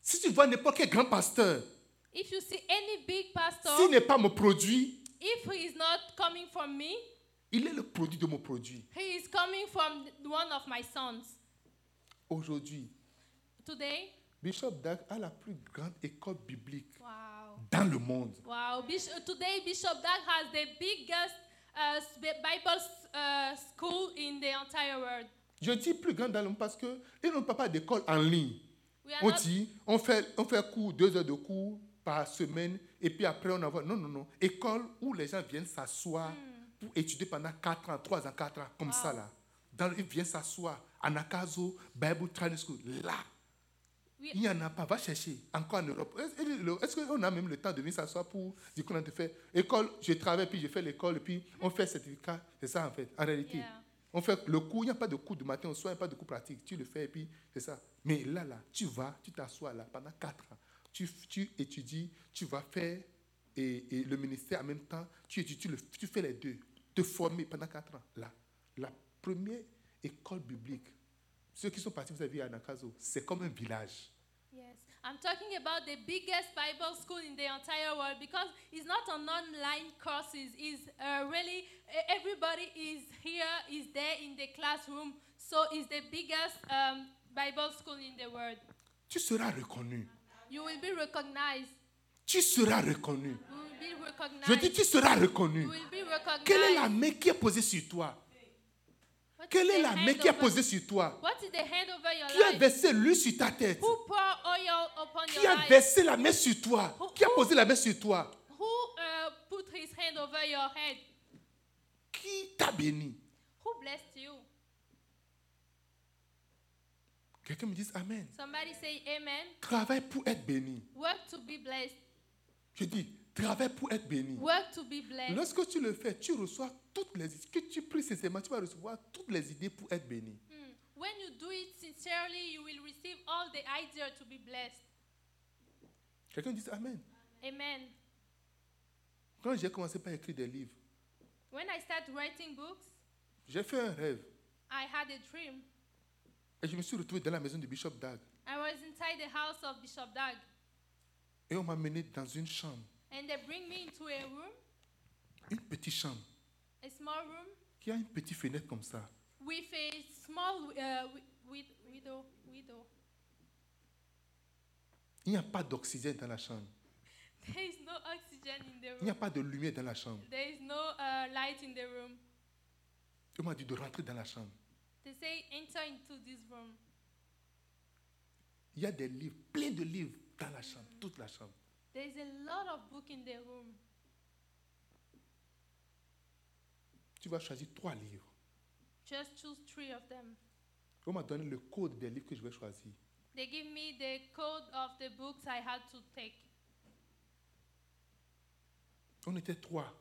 Si tu vois n'importe quel grand pasteur, If you see any big pastor, s'il n'est pas mon produit, If he is not coming from me, il est le produit de mon produit. he is coming from one of my sons. Aujourd'hui, Today, Bishop Dag a la plus grande école biblique wow, dans le monde. wow. Bish- today Bishop Dag has the biggest uh, s- Bi- Bible s- uh, school in the entire world. Je dis plus grande dans le monde parce que ils n'ont pas pas d'école en ligne. We are On not, dit, on fait, on fait cours, deux heures de cours par semaine, et puis après on envoie. Non, non, non. École où les gens viennent s'asseoir pour étudier pendant 4 ans, 3 ans, 4 ans, comme ça là. Dans, ils viennent s'asseoir. Anakazo, Bible Training School, là. Oui. Il n'y en a pas, va chercher. Encore en Europe. Est-ce- est-ce- Est-ce qu'on a même le temps de venir s'asseoir pour dire qu'on a fait école, je travaille, puis je fais l'école, et puis on fait certificat. C'est ça en fait, en réalité. Yeah. On fait le cours, il n'y a pas de cours du matin au soir, il n'y a pas de cours pratique. Tu le fais et puis c'est ça. Mais là, là, tu vas, tu t'assois là pendant quatre ans. Tu, tu étudies, tu vas faire et, et le ministère en même temps. Tu étudies, tu, le- tu fais les deux. Te former pendant quatre ans. Là, la première école biblique. Ceux qui sont partis, vous avez vu à Nakazo, c'est comme un village. yes, I'm talking about the biggest Bible school in the entire world because it's not an online courses. It's uh, really e- everybody is here, is there in the classroom. So it's the biggest um, Bible school in the world. Tu seras reconnu. You will be recognized. Tu seras reconnu. We will be recognized. Je dis, tu seras We reconnu. will be recognized. Quelle est la main qui est posée sur toi What Quelle is est the la hand main qui est over- posée sur toi What is the hand over your Qui a life? versé l'huile sur ta tête Who pour oil upon Qui your a life? versé la main sur toi Qui a posé la main sur toi Who uh, put his hand over your head? Qui t'a béni Who blessed you? Quelqu'un me dit Amen. Somebody say amen. Travaille pour être béni. Work to be blessed. Je dis, travaille pour être béni. Work to be blessed. Lorsque tu le fais, tu reçois toutes les idées. Que tu pries sincèrement, tu vas recevoir toutes les idées pour être béni. Hmm. When you do it sincerely, you will receive all the idea to be blessed. Quelqu'un dit Amen. Amen. Quand j'ai commencé par écrire des livres, When I started writing books, j'ai fait un rêve. I had a dream. Et je me suis retrouvé dans la maison du Bishop Dag. I was inside the house of Bishop Doug, Et on m'a mené dans une chambre, and they bring me into a room, une petite chambre, a small room, qui a une petite fenêtre comme ça. with a small uh, wi- wi- widow, widow. Il n'y a pas d'oxygène dans la chambre. There is no oxygen in the Il n'y a room. pas de lumière dans la chambre. There is no uh, light in the room. On m'a dit de rentrer dans la chambre. They say enter into this room. Il y a des livres, plein de livres dans la chambre, toute la chambre. There is a lot of book in the room. Tu vas choisir trois livres. Just choose three of them. On m'a donné le code des livres que je vais choisir. They give me the code of the books I had to take. On était trois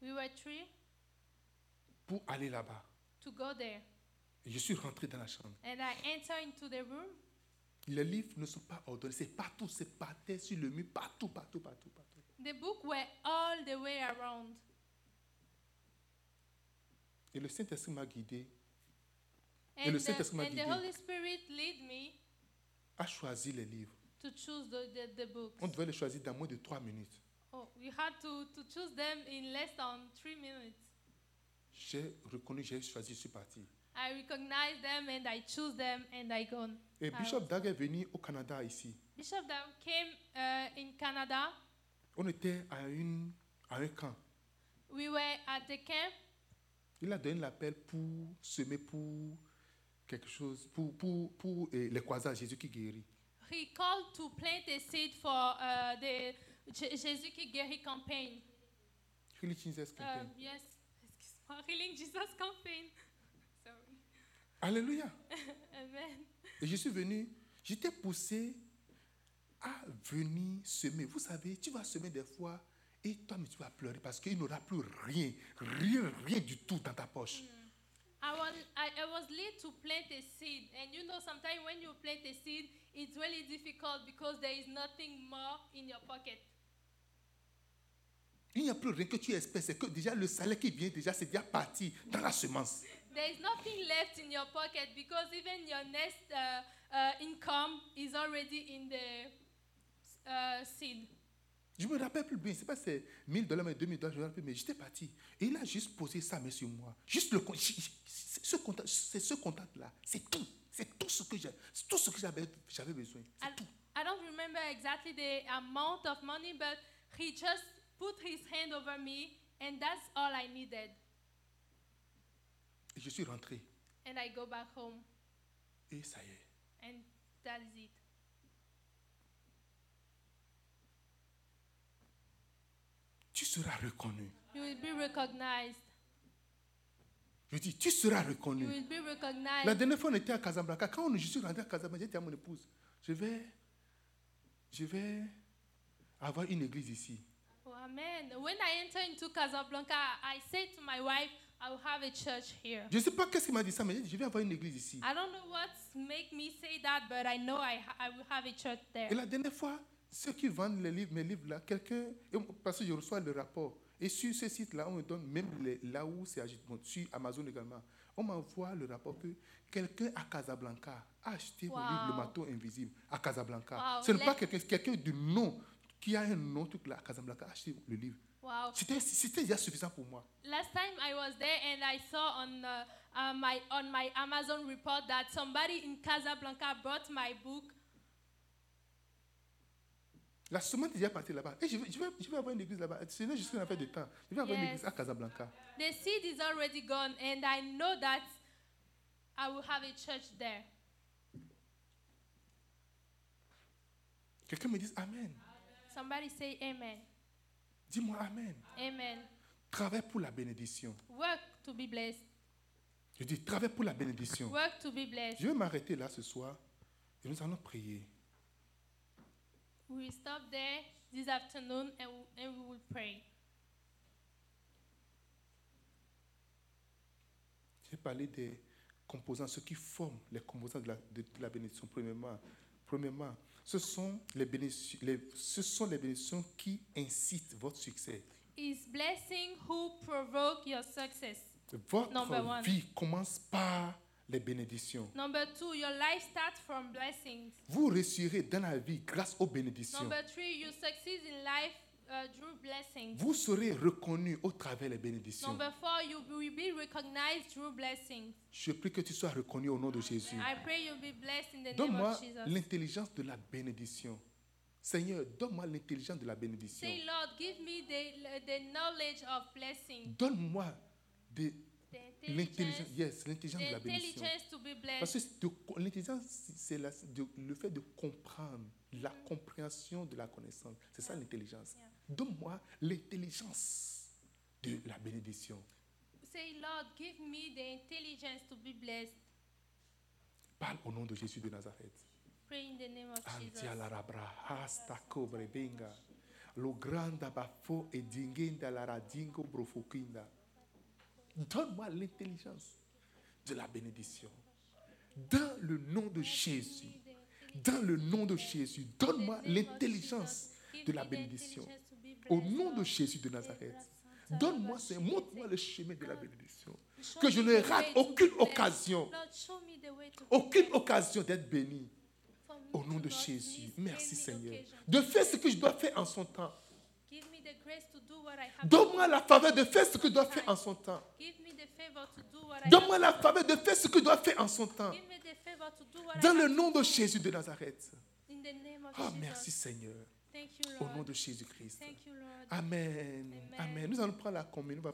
We were three pour aller là-bas. to go there, Et Je suis rentré dans la chambre. and I enter into the room. Les livres ne sont pas ordonnés. C'est partout, c'est par terre, sur le mur, partout, partout, partout, partout. The book were all the way around. Et le Saint-Esprit m'a guidé And, le the, Saint-Esprit m'a and the guidé. Holy Spirit lead me à choisir les livres. to choose the, the, the books. On devait les choisir dans moins de trois minutes. Oh, we had to, to choose them in less than three minutes. J'ai reconnu, j'ai choisi, je suis parti. I recognize them and I choose them and I go. Et Ah Bishop Dag est venu au Canada ici. Bishop Dam came uh, in Canada. On était à, une, à un camp. We were at the camp. Il a donné l'appel pour semer pour quelque chose, pour, pour, pour euh, les croisades, Jésus qui guérit. He called to plant a seed for uh, the Je- Jesus qui guérit campaign. Healing Jesus Um, campaign. yes, excuse-moi, Healing Jesus campaign. Sorry. Alléluia. Amen. Et je suis venu, j'étais poussé à venir semer. Vous savez, tu vas semer des fois et toi-même tu vas pleurer parce qu'il n'aura plus rien, rien, rien du tout dans ta poche. I was I, I was led to plant a seed, and you know sometimes when you plant a seed, it's really difficult because there is nothing more in your pocket. Il n'y a plus rien que tu espères, c'est que déjà le salaire qui vient déjà, c'est déjà parti dans la semence. There is nothing left in your pocket because even your next uh, uh, income is already in the uh, seed. Je me rappelle plus bien, c'est pas c'est 1000 dollars, mais 2000 dollars, je me rappelle, mais j'étais parti. Et il a juste posé sa main sur moi. Juste le compte, c'est ce contact, c'est ce contact-là, c'est tout. C'est tout ce que j'ai- c'est tout ce que j'avais, j'avais besoin. I, I don't remember exactly the amount of money, but he just put his hand over me, and that's all I needed. Et je suis rentré. And I go back home, Et ça y est. and that is it. tu seras reconnu. You will be recognized. Je dis, tu seras You reconnu. will be La recognized. dernière fois, on était à Casablanca. Quand on, je suis rentré à Casablanca, j'ai dit à mon épouse, je vais, je vais avoir une église ici. Oh, amen. When I enter into Casablanca, I said to my wife, I will have a church here. Je ne sais pas qu'est-ce qui m'a dit ça, mais j'ai dit, je vais avoir une église ici. I don't know what make me say that, but I know I, ha- I will have a church there. Et la dernière fois, ceux qui vendent les livres, mes livres là, quelqu'un, et parce que je reçois le rapport. Et sur ce site-là, on me donne même les- là où c'est agité, bon, sur Amazon également. On m'envoie le rapport que quelqu'un à Casablanca a acheté mon Wow. livre Le Manteau Invisible à Casablanca. Wow, Ce n'est let- pas quelqu'un, c'est quelqu'un du nom qui a un nom tout là à Casablanca a acheté le livre. Wow. C'était c'était déjà suffisant pour moi. Last time I was there and I saw on uh, uh, my on my Amazon report that somebody in Casablanca bought my book. La semaine déjà partie là-bas. Et je vais, je, vais, je vais avoir une église là-bas. Ce n'est juste une affaire de temps. Je vais avoir une Yes. église à Casablanca. The seed is already gone, and I know that I will have a church there. Quelqu'un me dit Amen. Somebody say amen. Dis-moi Amen. Amen. Travaille pour la bénédiction. Work to be blessed. Je dis, travaille pour la bénédiction. Work to be blessed. Je vais m'arrêter là ce soir et nous allons prier. We will stop there this afternoon and, we- and we will pray. J'ai parlé des composants, ceux qui forment les composants de la, de la bénédiction. Premièrement, premièrement ce, sont les bénédictions, les- ce sont les bénédictions qui incitent votre succès. Is blessing who provoke your success. Votre Number one. vie commence par les bénédictions. Number two, your life starts from blessings. Vous réussirez dans la vie grâce aux bénédictions. Number three, you succeed in life uh, through blessings. Vous serez reconnu au travers des bénédictions. Number four, you will be recognized through blessings. Je prie que tu sois reconnu au nom de Jésus. I pray you'll be blessed in the name Donne-moi of Jesus. l'intelligence de la bénédiction. Seigneur, donne-moi l'intelligence de la bénédiction. Say, Lord, give me the, the knowledge of blessing, Donne-moi de the l'intelligence, intelligence, yes, l'intelligence de the la bénédiction. intelligence to be Parce blessed. que c'est de co- l'intelligence, c'est la- de- le fait de comprendre, la compréhension de la connaissance. C'est ça l'intelligence. Yeah. Donne-moi l'intelligence de la bénédiction. Say, Lord, give me the intelligence to be blessed. Parle au nom de Jésus de Nazareth. Pray in the name of Jesus. Antia la rabra, hasta cobre benga. Lo grande bafo e dingenda la radingo brofokinda. Donne-moi l'intelligence de la bénédiction. Dans le nom de Jésus. Dans le nom de Jésus. Donne-moi l'intelligence de la bénédiction. Au nom de Jésus de Nazareth. Donne-moi, Seigneur, montre-moi le chemin de la bénédiction. Que je ne rate aucune occasion. Aucune occasion d'être béni. Au nom de Jésus. Merci Seigneur. De faire ce que je dois faire en son temps. Give me the grace to do what I have to Donne-moi la faveur de faire ce que je dois faire en son temps. do. Give me the favor to do what I have Donne-moi la faveur de faire ce que je dois faire en son temps. Give me the favor to do what Dans I le have nom de Jésus de Nazareth. in the name of Oh, Jesus. merci Seigneur. Thank you, Au Lord. nom de Ah, Jésus-Christ. Thank you, Lord. Amen. Amen. Amen. Nous allons prendre la communion.